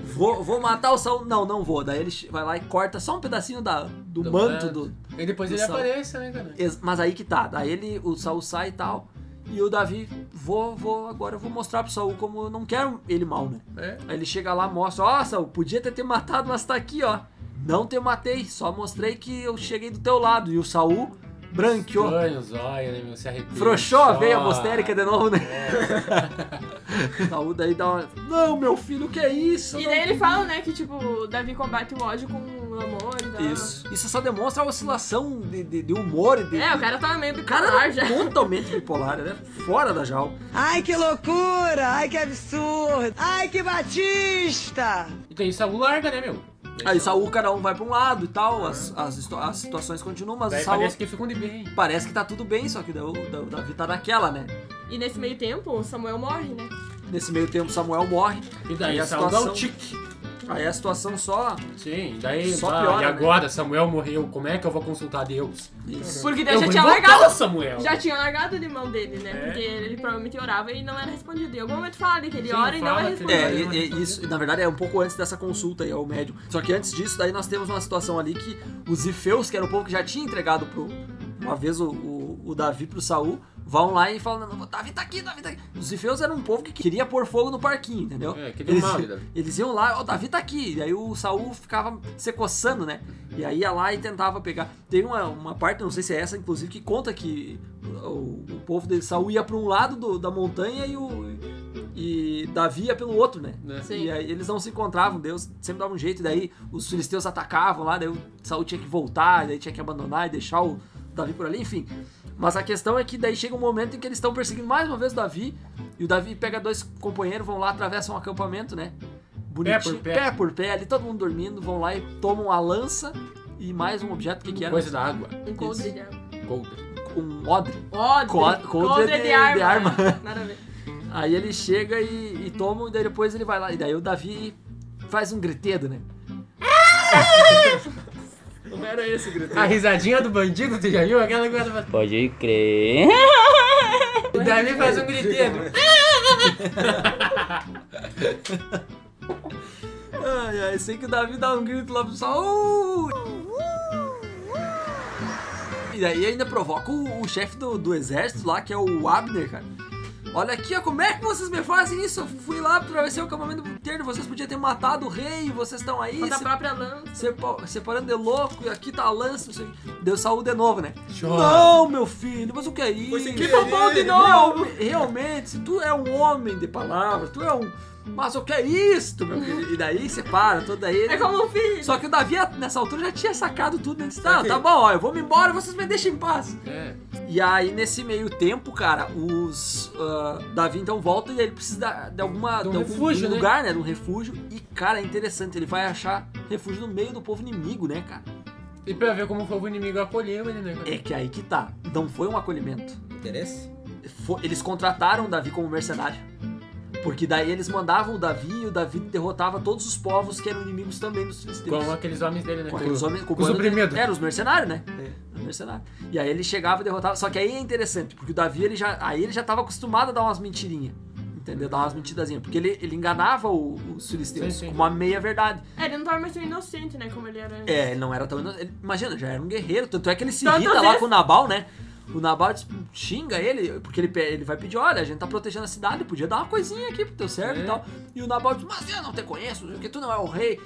[SPEAKER 1] vou, vou matar o Saul. Não, não vou. Daí ele che- vai lá e corta só um pedacinho da, do,
[SPEAKER 2] Do
[SPEAKER 1] manto
[SPEAKER 2] manto.
[SPEAKER 1] do,
[SPEAKER 2] E depois
[SPEAKER 1] Do
[SPEAKER 2] ele
[SPEAKER 1] sal.
[SPEAKER 2] aparece, né, cara?
[SPEAKER 1] Ex- Mas aí que tá, daí ele, o Saul sai e tal. E o Davi, vou, vou, agora eu vou mostrar pro Saul como eu não quero ele mal, né?
[SPEAKER 2] É.
[SPEAKER 1] Aí ele chega lá, mostra, ó, Saul, podia ter te matado, mas tá aqui, ó. Não te matei, só mostrei que eu cheguei do teu lado. E o Saul branqueou.
[SPEAKER 2] Estranho, zóio, né, meu? Se arrepia.
[SPEAKER 1] Frouxou a veia
[SPEAKER 2] Chora.
[SPEAKER 1] mostérica de novo, né? Saul daí dá uma. Não, meu filho, o que é isso?
[SPEAKER 4] E
[SPEAKER 1] Não
[SPEAKER 4] daí ele fala, né, que tipo, Davi combate o ódio com o amor e tal.
[SPEAKER 1] Isso. Isso só demonstra a oscilação de, de- de humor e de.
[SPEAKER 4] É, o cara tava meio
[SPEAKER 1] O cara
[SPEAKER 4] bipolar já.
[SPEAKER 1] era totalmente bipolar, né? Fora da jaula.
[SPEAKER 9] Ai, que loucura! Ai, que absurdo! Ai, que batista!
[SPEAKER 2] E daí Saul larga, né, meu?
[SPEAKER 1] Aí Saul, cada um vai pra um lado e tal, as, as, situa- as situações continuam, mas
[SPEAKER 2] Daí
[SPEAKER 1] o Saul
[SPEAKER 2] parece que ficam de bem.
[SPEAKER 1] parece que tá tudo bem, só que daí o da- o Davi tá naquela, né?
[SPEAKER 4] E nesse meio tempo, o Samuel morre, né?
[SPEAKER 1] Nesse meio tempo Samuel morre.
[SPEAKER 2] E daí
[SPEAKER 1] a
[SPEAKER 2] Saul dá
[SPEAKER 1] situação-
[SPEAKER 2] um tique.
[SPEAKER 1] Aí a situação só.
[SPEAKER 2] Sim, daí,
[SPEAKER 1] Só
[SPEAKER 2] bah,
[SPEAKER 1] piora,
[SPEAKER 2] e
[SPEAKER 1] né?
[SPEAKER 2] agora Samuel morreu, como é que eu vou consultar Deus?
[SPEAKER 4] Porque
[SPEAKER 2] eu
[SPEAKER 4] Deus já
[SPEAKER 2] vou
[SPEAKER 4] tinha
[SPEAKER 2] invocar
[SPEAKER 4] largado.
[SPEAKER 2] o Samuel.
[SPEAKER 4] Já tinha largado de mão dele, né?
[SPEAKER 2] É.
[SPEAKER 4] Porque ele provavelmente orava e não era respondido. Em algum momento fala ali que ele
[SPEAKER 2] Sim,
[SPEAKER 4] ora e não
[SPEAKER 2] fala
[SPEAKER 4] é
[SPEAKER 2] que-
[SPEAKER 4] respondido.
[SPEAKER 1] É, e- e isso, na verdade, é um pouco antes dessa consulta aí ao médium. Só que antes disso, daí nós temos uma situação ali que os Ifeus, que era o povo que já tinha entregado pro. Uma vez o, o, o Davi pro Saul, vão lá e falam: "Não, Davi tá aqui, Davi tá aqui. Os Ifeus eram um povo que queria pôr fogo no parquinho, entendeu?
[SPEAKER 2] É, que deu
[SPEAKER 1] eles,
[SPEAKER 2] mal, Davi.
[SPEAKER 1] eles iam lá, ó, Davi tá aqui. E aí o Saul ficava se coçando, né? E aí ia lá e tentava pegar. Tem uma, uma parte, não sei se é essa, inclusive, que conta que o, o povo de Saul ia pra um lado do- da montanha e o. E Davi ia pelo outro, né?
[SPEAKER 2] Né?
[SPEAKER 4] Sim.
[SPEAKER 1] E aí eles não se encontravam, Deus sempre dava um jeito, e daí os filisteus atacavam lá, daí o Saul tinha que voltar, e daí tinha que abandonar e deixar o Davi por ali, enfim. Mas a questão é que daí chega um momento em que eles estão perseguindo mais uma vez o Davi, e o Davi pega dois companheiros, vão lá, atravessam um acampamento, né? Bonitinho,
[SPEAKER 2] por pé.
[SPEAKER 1] por pé, ali todo mundo dormindo, vão lá e tomam a lança e mais um objeto, o que que era?
[SPEAKER 2] Coisa da água.
[SPEAKER 1] É,
[SPEAKER 4] Um coldre de arma.
[SPEAKER 2] Coldre.
[SPEAKER 1] Um odre.
[SPEAKER 4] Odre,
[SPEAKER 1] Co- coldre de- de arma.
[SPEAKER 4] né? Nada a ver.
[SPEAKER 1] Aí ele chega e, e toma, e daí depois ele vai lá. E daí o Davi faz um gritedo, né?
[SPEAKER 2] Não era esse grito. A risadinha do bandido, tu já viu? Aquela coisa.
[SPEAKER 6] Pode crer.
[SPEAKER 2] O Davi faz um griteiro.
[SPEAKER 1] Ai, ai, sei que o Davi dá um grito lá pro pessoal. "Uh!" E daí ainda provoca o, o chefe do, do exército lá, que é o Abner, cara. Olha aqui, ó, como é que vocês me fazem isso? Eu fui lá atravessei o acampamento inteiro, vocês podiam ter matado o rei, vocês estão aí
[SPEAKER 4] Bota a
[SPEAKER 1] se-
[SPEAKER 4] própria lança.
[SPEAKER 1] sepa- separando de louco, e aqui tá a lança, não sei o quê. Deu saúde de novo, né?
[SPEAKER 2] Chora.
[SPEAKER 1] Não, meu filho, mas o que é isso?
[SPEAKER 3] sem
[SPEAKER 1] Que
[SPEAKER 3] querer.
[SPEAKER 1] bobão de novo! Realmente, se tu é um homem de palavra, tu é um. Mas o que é isto, meu filho? E daí separa, todo daí.
[SPEAKER 4] É como um filho.
[SPEAKER 1] Só que o Davi, nessa altura, já tinha sacado tudo. Ele disse: Tá, tá bom, ó, eu vou me embora, vocês me deixem em paz.
[SPEAKER 2] É.
[SPEAKER 1] E aí, nesse meio tempo, cara, os. ah, Davi então volta e ele precisa da- de alguma.
[SPEAKER 2] De um
[SPEAKER 1] algum-
[SPEAKER 2] refúgio,
[SPEAKER 1] de um
[SPEAKER 2] né?
[SPEAKER 1] lugar, né? De um refúgio. E, cara, é interessante, ele vai achar refúgio no meio do povo inimigo, né, cara?
[SPEAKER 2] E pra ver como foi o inimigo acolheu ele, né? cara?
[SPEAKER 1] É que aí que tá. Não foi um acolhimento.
[SPEAKER 3] Interesse?
[SPEAKER 1] Fo- eles contrataram o Davi como mercenário. Porque daí eles mandavam o Davi e o Davi derrotava todos os povos que eram inimigos também dos filisteus.
[SPEAKER 2] Com aqueles homens dele, né?
[SPEAKER 1] Com aqueles homens com o
[SPEAKER 2] com os
[SPEAKER 1] bando de-
[SPEAKER 2] oprimidos. É.
[SPEAKER 1] Era os mercenários, né? Era mercenário. E aí ele chegava e derrotava. Só que aí é interessante, porque o Davi ele já, aí ele já tava acostumado a dar umas mentirinhas. Entendeu? Dar umas mentidazinhas. Porque ele, ele enganava o- os filisteus
[SPEAKER 2] Sim, sim.
[SPEAKER 1] com uma meia verdade.
[SPEAKER 4] É, ele não tava mais tão inocente, né? Como ele era. antes.
[SPEAKER 1] É, ele não era tão. ino- Ele, imagina, já era um guerreiro, tanto é que ele se
[SPEAKER 4] Tanto
[SPEAKER 1] irrita lá
[SPEAKER 4] vezes.
[SPEAKER 1] com o Nabal, né? O Nabal diz- xinga ele, porque ele, pe- ele vai pedir: olha, a gente tá protegendo a cidade, podia dar uma coisinha aqui pro teu servo
[SPEAKER 2] É.
[SPEAKER 1] e tal. E o Nabal diz: mas eu não te conheço, porque tu não é o rei.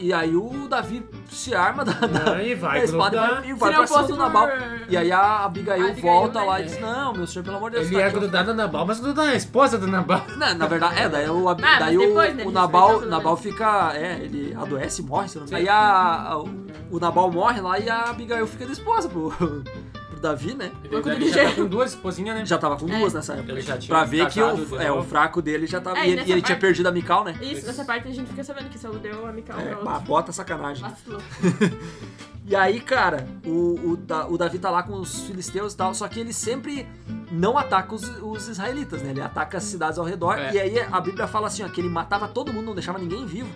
[SPEAKER 1] E aí o Davi se arma da, da,
[SPEAKER 2] Aí
[SPEAKER 1] da
[SPEAKER 2] vai,
[SPEAKER 1] espada e
[SPEAKER 2] grudar.
[SPEAKER 1] vai, e vai
[SPEAKER 4] Se
[SPEAKER 1] pra
[SPEAKER 4] não
[SPEAKER 1] cima
[SPEAKER 4] fosse
[SPEAKER 1] do Nabal.
[SPEAKER 4] por-
[SPEAKER 1] E aí a Abigail,
[SPEAKER 4] Abigail,
[SPEAKER 1] volta
[SPEAKER 4] né?
[SPEAKER 1] lá e diz: não, meu senhor, pelo amor de Deus,
[SPEAKER 2] Ele
[SPEAKER 1] tá
[SPEAKER 2] é
[SPEAKER 1] aqui, ó."
[SPEAKER 2] grudado na Nabal, mas grudado na esposa do Nabal.
[SPEAKER 1] Não, na verdade, é, daí o, Ab-
[SPEAKER 4] Ah, mas
[SPEAKER 1] daí o-
[SPEAKER 4] depois, né,
[SPEAKER 1] o
[SPEAKER 4] ele
[SPEAKER 1] Nabal,
[SPEAKER 4] respeitou pelo
[SPEAKER 1] Nabal
[SPEAKER 4] menos.
[SPEAKER 1] fica. É, ele adoece, morre, se não me engano. Aí a, a- o Nabal morre lá e a Abigail fica de esposa pro, pro Davi, né?
[SPEAKER 2] Ele
[SPEAKER 4] quando
[SPEAKER 2] deve
[SPEAKER 4] ele
[SPEAKER 2] já tá
[SPEAKER 4] chega-
[SPEAKER 2] com duas esposinhas, né?
[SPEAKER 1] Já tava com duas nessa época.
[SPEAKER 2] Ele já tinha
[SPEAKER 1] Pra ver que
[SPEAKER 2] casado
[SPEAKER 1] o,
[SPEAKER 2] de
[SPEAKER 1] é,
[SPEAKER 2] novo.
[SPEAKER 1] o fraco dele já tava. e
[SPEAKER 4] É, e
[SPEAKER 1] ele,
[SPEAKER 4] nessa
[SPEAKER 1] ele tinha
[SPEAKER 4] parte-
[SPEAKER 1] perdido a Mical, né?
[SPEAKER 4] Isso, nessa parte a gente fica sabendo que Saul deu a Mical
[SPEAKER 1] É,
[SPEAKER 4] pra
[SPEAKER 1] bah,
[SPEAKER 4] outro.
[SPEAKER 1] bota sacanagem.
[SPEAKER 4] Vacilou.
[SPEAKER 1] E aí, cara, o, o, Da- o Davi tá lá com os filisteus e tal, só que ele sempre não ataca os, os israelitas, né? Ele ataca as cidades ao redor.
[SPEAKER 2] É.
[SPEAKER 1] E aí a Bíblia fala assim, ó, que ele matava todo mundo, não deixava ninguém vivo.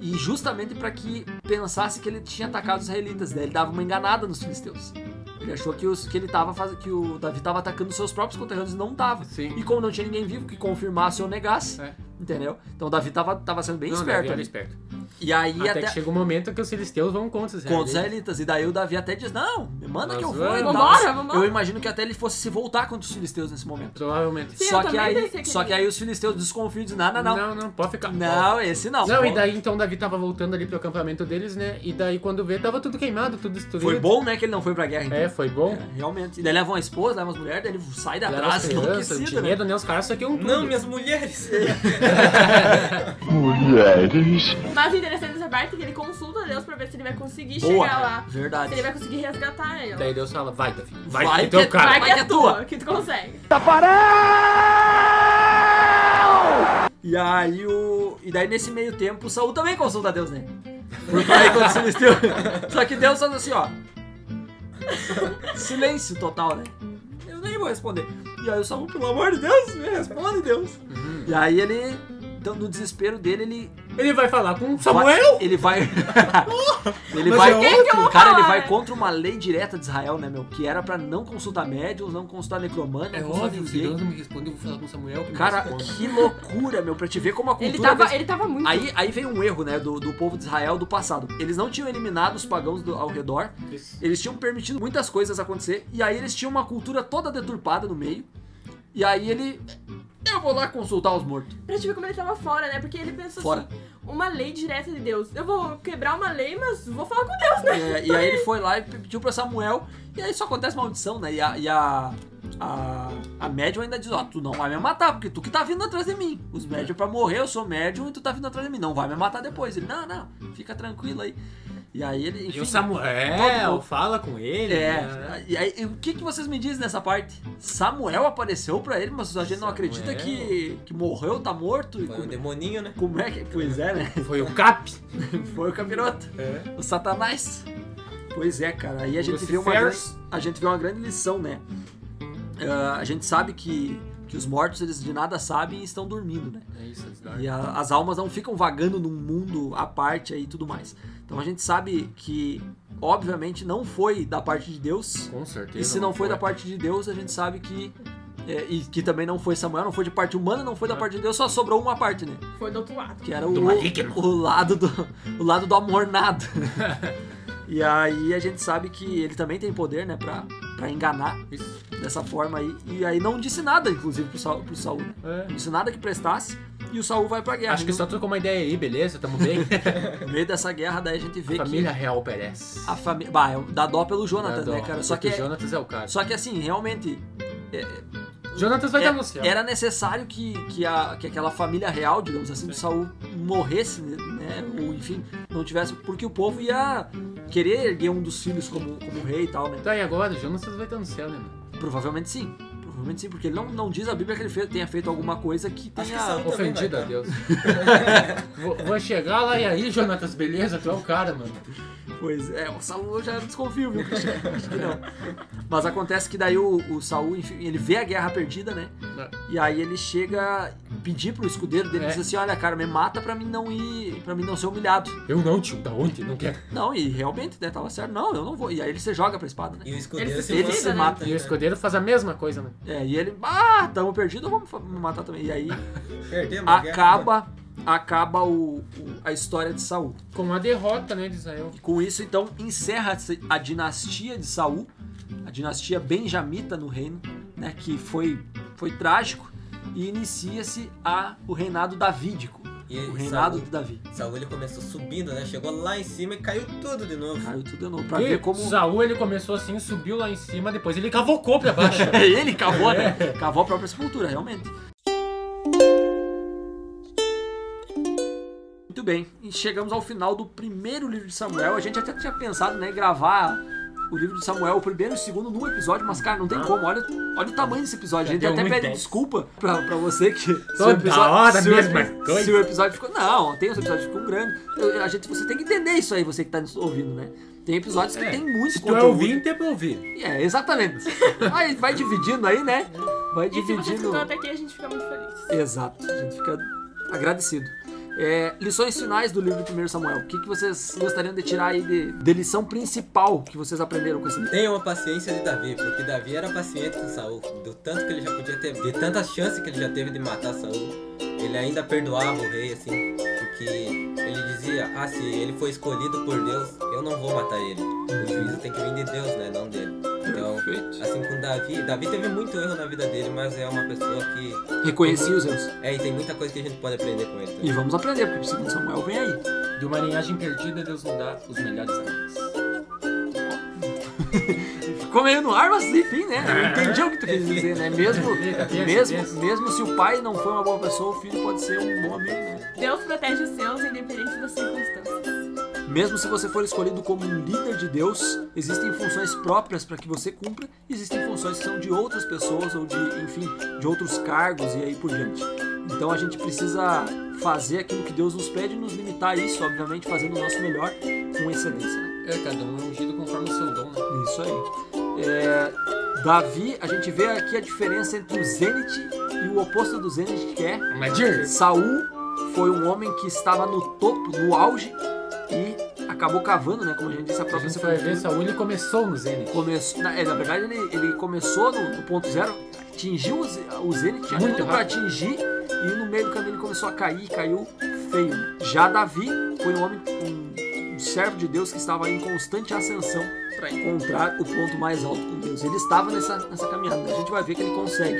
[SPEAKER 1] E justamente pra que pensasse que ele tinha atacado os israelitas, né? Ele dava uma enganada nos filisteus. Ele achou que, os, que ele tava faz- que o Davi tava atacando seus próprios conterrâneos e não tava.
[SPEAKER 2] Sim.
[SPEAKER 1] E como não tinha ninguém vivo que confirmasse ou negasse,
[SPEAKER 2] É.
[SPEAKER 1] entendeu? Então o Davi tava, tava sendo bem
[SPEAKER 2] Não,
[SPEAKER 1] esperto.
[SPEAKER 2] Davi era
[SPEAKER 1] ali.
[SPEAKER 2] esperto.
[SPEAKER 1] E aí
[SPEAKER 2] até, que chega um momento que os filisteus vão contra os
[SPEAKER 1] contra é. os
[SPEAKER 2] israelitas.
[SPEAKER 1] israelitas. E daí o Davi até diz: Não, me manda
[SPEAKER 2] É, Nós
[SPEAKER 1] que eu vou.
[SPEAKER 2] vamos.
[SPEAKER 1] e tal.
[SPEAKER 4] Vambora, vambora.
[SPEAKER 1] Eu imagino que até ele fosse se voltar contra os filisteus nesse momento.
[SPEAKER 2] Provavelmente.
[SPEAKER 4] Sim,
[SPEAKER 1] só
[SPEAKER 4] eu
[SPEAKER 1] que,
[SPEAKER 4] também
[SPEAKER 1] aí,
[SPEAKER 4] pensei que
[SPEAKER 1] só que
[SPEAKER 4] ele-
[SPEAKER 1] aí os filisteus desconfiam e dizem: Não, não, não.
[SPEAKER 2] não, pode ficar.
[SPEAKER 1] Não, esse não.
[SPEAKER 2] Não, e daí então o Davi tava voltando ali pro acampamento deles, né? E daí quando vê, tava tudo queimado, tudo destruído.
[SPEAKER 1] Foi bom, né, que ele não foi pra guerra. Então.
[SPEAKER 2] É, foi bom.
[SPEAKER 1] É, Realmente. E daí levam a esposa, levam as mulheres, daí ele sai da
[SPEAKER 2] Levaram as
[SPEAKER 1] trás,
[SPEAKER 2] crianças, o
[SPEAKER 1] É. enlouquecido, né?
[SPEAKER 2] dinheiro, né? Os caras só que um tudo.
[SPEAKER 3] Não, minhas mulheres!
[SPEAKER 4] Mas o interessante dessa parte é que ele consulta a Deus pra ver se ele vai conseguir
[SPEAKER 1] Boa,
[SPEAKER 4] chegar lá.
[SPEAKER 1] verdade.
[SPEAKER 4] Se ele vai conseguir resgatar ela.
[SPEAKER 2] Daí Deus fala, vai, Davi, vai,
[SPEAKER 1] Vai,
[SPEAKER 2] vai
[SPEAKER 1] que-
[SPEAKER 2] teu cara.
[SPEAKER 1] vai
[SPEAKER 4] Vai,
[SPEAKER 1] que
[SPEAKER 4] que
[SPEAKER 1] é
[SPEAKER 4] é tua, que tu consegue.
[SPEAKER 1] E aí o. E daí nesse meio tempo, Saul também consulta Deus, né? Porque aí quando se misturou. Só que Deus faz assim, ó. Silêncio total, né? Eu nem vou responder. E aí o
[SPEAKER 4] Uhum.
[SPEAKER 1] Saul, pelo amor de Deus, me responde, Deus. E aí ele. Então, no desespero dele, ele
[SPEAKER 2] Ele vai falar com Samuel?
[SPEAKER 1] Ele vai. ele
[SPEAKER 2] Mas
[SPEAKER 1] vai.
[SPEAKER 2] é
[SPEAKER 4] Quem que eu vou
[SPEAKER 1] cara, ele
[SPEAKER 4] falar?
[SPEAKER 1] vai contra uma lei direta de Israel, né, meu? Que era pra não consultar médiums, não consultar necromante,
[SPEAKER 2] É
[SPEAKER 1] não consultar
[SPEAKER 2] óbvio, se
[SPEAKER 1] ninguém.
[SPEAKER 2] Deus não me responde, eu vou falar com Samuel. Que
[SPEAKER 1] Cara,
[SPEAKER 2] me responde.
[SPEAKER 1] que loucura, meu, pra te ver como a cultura.
[SPEAKER 4] Ele tava,
[SPEAKER 1] desse-
[SPEAKER 4] ele tava muito.
[SPEAKER 1] Aí, aí veio um erro, né, do, do povo de Israel do passado. Eles não tinham eliminado os pagãos do- ao redor, eles tinham permitido muitas coisas acontecer, e aí eles tinham uma cultura toda deturpada no meio. E aí ele. Eu vou lá consultar os mortos.
[SPEAKER 4] Pra te ver como ele tava fora, né? Porque ele pensou
[SPEAKER 1] Fora.
[SPEAKER 4] assim: uma lei direta de Deus. Eu vou quebrar uma lei, mas vou falar com Deus, né?
[SPEAKER 1] É, e aí ele foi lá e pediu pra Samuel. E aí só acontece maldição, né? E a. E a... A, a médium ainda diz, ó, tu não vai me matar, porque tu que tá vindo atrás de mim. Os médiums pra morrer, eu sou médium e tu tá vindo atrás de mim. Não vai me matar depois. Ele, não, não, fica tranquilo aí. E aí ele, enfim...
[SPEAKER 2] E o é, Samuel fala com ele. né?
[SPEAKER 1] É, e aí, e o que, que vocês me dizem nessa parte? Samuel apareceu pra ele, mas a gente não
[SPEAKER 2] Samuel.
[SPEAKER 1] acredita que, que morreu, tá morto. E
[SPEAKER 3] Foi um
[SPEAKER 1] como,
[SPEAKER 3] demoninho, né?
[SPEAKER 1] como é que... Pois é, né?
[SPEAKER 2] Foi o Cap.
[SPEAKER 1] Foi o capiroto.
[SPEAKER 2] É.
[SPEAKER 1] O Satanás. Pois é, cara. Aí a gente, vê uma, gran-
[SPEAKER 2] Lucifers.
[SPEAKER 1] a gente vê uma grande lição, né? Ah, a gente sabe que, que os mortos, eles de nada sabem e estão dormindo, né?
[SPEAKER 2] É isso, é
[SPEAKER 1] E a- as almas não ficam vagando num mundo à parte aí e tudo mais. Então a gente sabe que, obviamente, não foi da parte de Deus.
[SPEAKER 2] Com certeza.
[SPEAKER 1] E se não
[SPEAKER 2] é.
[SPEAKER 1] foi da parte de Deus, a gente sabe que... é, e que também não foi Samuel, não foi de parte humana, não foi da parte de Deus, só sobrou uma parte, né?
[SPEAKER 4] Foi do outro lado.
[SPEAKER 1] que era
[SPEAKER 2] Do
[SPEAKER 1] o,
[SPEAKER 2] maligno.
[SPEAKER 1] o lado do o lado do amornado. e aí a gente sabe que ele também tem poder, né, pra, pra enganar
[SPEAKER 2] Isso.
[SPEAKER 1] dessa forma aí. E aí não disse nada, inclusive, pro Saul, pro Saul né? Não
[SPEAKER 2] É.
[SPEAKER 1] disse nada que prestasse. E o Saul vai pra guerra.
[SPEAKER 2] Acho que
[SPEAKER 1] E
[SPEAKER 2] só trocou uma ideia aí, beleza? Tamo bem.
[SPEAKER 1] no, no meio dessa guerra, daí a gente vê
[SPEAKER 2] Família
[SPEAKER 1] que
[SPEAKER 2] Real Perez.
[SPEAKER 1] a família. Bah, é- dá dó pelo Jonatas, né, cara? Só que,
[SPEAKER 2] o
[SPEAKER 1] é-
[SPEAKER 2] Jonatas é o cara.
[SPEAKER 1] só que assim, realmente.
[SPEAKER 2] Jonatas vai
[SPEAKER 1] é-
[SPEAKER 2] estar no céu.
[SPEAKER 1] era necessário que, que, a, que aquela família real, digamos assim, de Saul morresse, né? Ou enfim, não tivesse. Porque o povo ia querer erguer um dos filhos como, como rei e tal, né?
[SPEAKER 2] Tá, e agora? Jonatas vai estar no céu, né, mano?
[SPEAKER 1] Provavelmente sim. Provavelmente sim, porque ele não, não diz a Bíblia que ele fe- tenha feito alguma coisa que
[SPEAKER 3] Acho que
[SPEAKER 1] tenha.
[SPEAKER 3] Saul- também
[SPEAKER 2] Ofendido
[SPEAKER 3] vai
[SPEAKER 2] a Deus. vou, vou chegar lá e aí, Jonatas, beleza? Tu é o cara, mano.
[SPEAKER 1] Pois é, o Saul eu já desconfio, viu? Acho que não. Mas acontece que daí o, o Saul, enfim, ele vê a guerra perdida, né? E aí ele chega pedir pro escudeiro dele,
[SPEAKER 2] É.
[SPEAKER 1] diz assim, olha, cara, me mata pra mim não ir. para mim não ser humilhado.
[SPEAKER 2] Eu não, tio. Da onde? Não quero.
[SPEAKER 1] Não, e realmente, né? Tava certo. Não, eu não vou. E aí ele se joga pra espada, né?
[SPEAKER 3] E o escudeiro
[SPEAKER 4] Ele se
[SPEAKER 1] Ele
[SPEAKER 4] mata,
[SPEAKER 1] se
[SPEAKER 4] né?
[SPEAKER 1] mata.
[SPEAKER 2] E o escudeiro faz a mesma coisa, né?
[SPEAKER 1] É, e ele, ah, tamo perdido, vamos fa- matar também. E aí
[SPEAKER 3] Perdemos a guerra.
[SPEAKER 1] acaba acaba o, o- a história de Saul.
[SPEAKER 2] Com a derrota, né, de Israel.
[SPEAKER 1] E com isso, então, encerra-se a dinastia de Saul, a dinastia benjamita no reino, né, que foi foi trágico e inicia-se a o reinado davídico,
[SPEAKER 3] né? E
[SPEAKER 1] o
[SPEAKER 3] Saul-
[SPEAKER 1] reinado de Davi.
[SPEAKER 3] Saul ele começou subindo, né? Chegou lá em cima e caiu tudo de novo.
[SPEAKER 1] Caiu tudo de novo, pra
[SPEAKER 2] E
[SPEAKER 1] ver como
[SPEAKER 2] Saul, ele começou assim, subiu lá em cima, depois ele cavocou pra baixo.
[SPEAKER 1] É, ele cavou, né? Cavou a própria sepultura, realmente. Muito bem, e chegamos ao final do primeiro livro de Samuel. A gente até tinha pensado né, em gravar o livro de Samuel, o primeiro e o segundo, num episódio, mas cara, não tem como. Olha, olha o tamanho desse episódio. A gente
[SPEAKER 2] Ah. deu
[SPEAKER 1] até
[SPEAKER 2] muito
[SPEAKER 1] pede
[SPEAKER 2] tempo.
[SPEAKER 1] desculpa pra, pra você que. se o
[SPEAKER 2] Toda hora
[SPEAKER 1] se o-
[SPEAKER 2] a mesma coisa.
[SPEAKER 1] Se o episódio ficou. Não, tem os episódios que ficam grandes. Eu- A gente, você tem que entender isso aí, você que tá nos ouvindo, né? Tem episódios que
[SPEAKER 2] É,
[SPEAKER 1] tem muito
[SPEAKER 2] Tu é
[SPEAKER 1] conteúdo.
[SPEAKER 2] ouvinte, é pra ouvir.
[SPEAKER 1] É, exatamente. Vai, vai dividindo aí, né? Vai
[SPEAKER 4] E se você
[SPEAKER 1] dividindo.
[SPEAKER 4] escutou até aqui, a gente fica muito feliz.
[SPEAKER 1] Exato, a gente fica agradecido. É, lições finais do livro do 1 Samuel. O que, que vocês gostariam de tirar aí de, de lição principal que vocês aprenderam com esse livro?
[SPEAKER 3] Tenham a paciência de Davi, porque Davi era paciente com Saul, do tanto que ele já podia ter, de tantas chances que ele já teve de matar Saul. Ele ainda perdoava o rei, assim, porque ele dizia, ah, se ele foi escolhido por Deus, eu não vou matar ele. O juízo tem que vir de Deus, né? Não dele. Então, assim com Davi, Davi teve muito erro na vida dele, mas é uma pessoa que.
[SPEAKER 1] Reconheci os erros.
[SPEAKER 3] É, e tem muita coisa que a gente pode aprender com ele também.
[SPEAKER 1] E vamos aprender, porque o 2 Samuel vem aí.
[SPEAKER 2] De uma linhagem perdida, Deus nos dá os melhores amigos.
[SPEAKER 1] Ficou meio no ar, mas enfim, né? Eu entendi o que tu quis dizer, né? Mesmo,
[SPEAKER 2] Pensa, pensa.
[SPEAKER 1] mesmo, mesmo se o pai não foi uma boa pessoa, o filho pode ser um bom amigo, né?
[SPEAKER 4] Deus protege os seus, independente das circunstâncias.
[SPEAKER 1] Mesmo se você for escolhido como um líder de Deus, existem funções próprias para que você cumpra, e existem funções que são de outras pessoas ou de, enfim, de outros cargos e aí por diante. Então a gente precisa fazer aquilo que Deus nos pede e nos limitar a isso, obviamente, fazendo o nosso melhor com excelência. né?
[SPEAKER 2] É, cada um é ungido conforme o seu dom, né?
[SPEAKER 1] Isso aí. É, Davi, a gente vê aqui a diferença entre o Zenit e o oposto do Zenit, que é
[SPEAKER 2] Mas, Dir,
[SPEAKER 1] Saul foi um homem que estava no topo, no auge, e acabou cavando, né? Como a gente disse, a
[SPEAKER 2] A
[SPEAKER 1] própria
[SPEAKER 2] gente vai ver,
[SPEAKER 1] sepultura.
[SPEAKER 2] Saul ele começou no Zenith.
[SPEAKER 1] Começou, na, é, na verdade, ele, ele começou no, no ponto zero, atingiu o, Ze- o Zenit, tinha
[SPEAKER 2] Muito
[SPEAKER 1] tudo pra
[SPEAKER 2] rápido.
[SPEAKER 1] atingir, e no meio do caminho ele começou a cair, caiu feio. né? Já Davi foi um homem, um, um servo de Deus que estava em constante ascensão para encontrar o ponto mais alto com Deus. Ele estava nessa, nessa caminhada, a gente vai ver que ele consegue,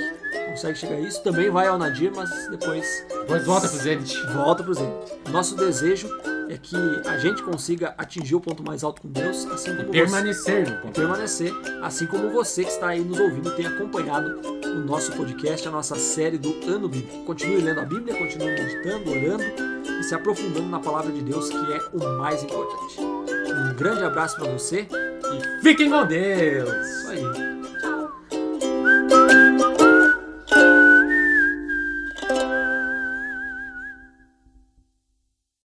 [SPEAKER 1] consegue chegar a isso, também vai ao Nadir, mas depois
[SPEAKER 2] Depois volta pro Zenith.
[SPEAKER 1] volta pro Zenit. Nosso desejo é que a gente consiga atingir o ponto mais alto com Deus, assim como você
[SPEAKER 2] Permanecer no ponto.
[SPEAKER 1] permanecer, assim como você que está aí nos ouvindo tem acompanhado o nosso podcast, a nossa série do Ano Bíblico. Continue lendo a Bíblia, continue meditando, orando e se aprofundando na palavra de Deus, que é o mais importante. Um grande abraço para você.
[SPEAKER 2] E fiquem com Deus!
[SPEAKER 1] Isso aí.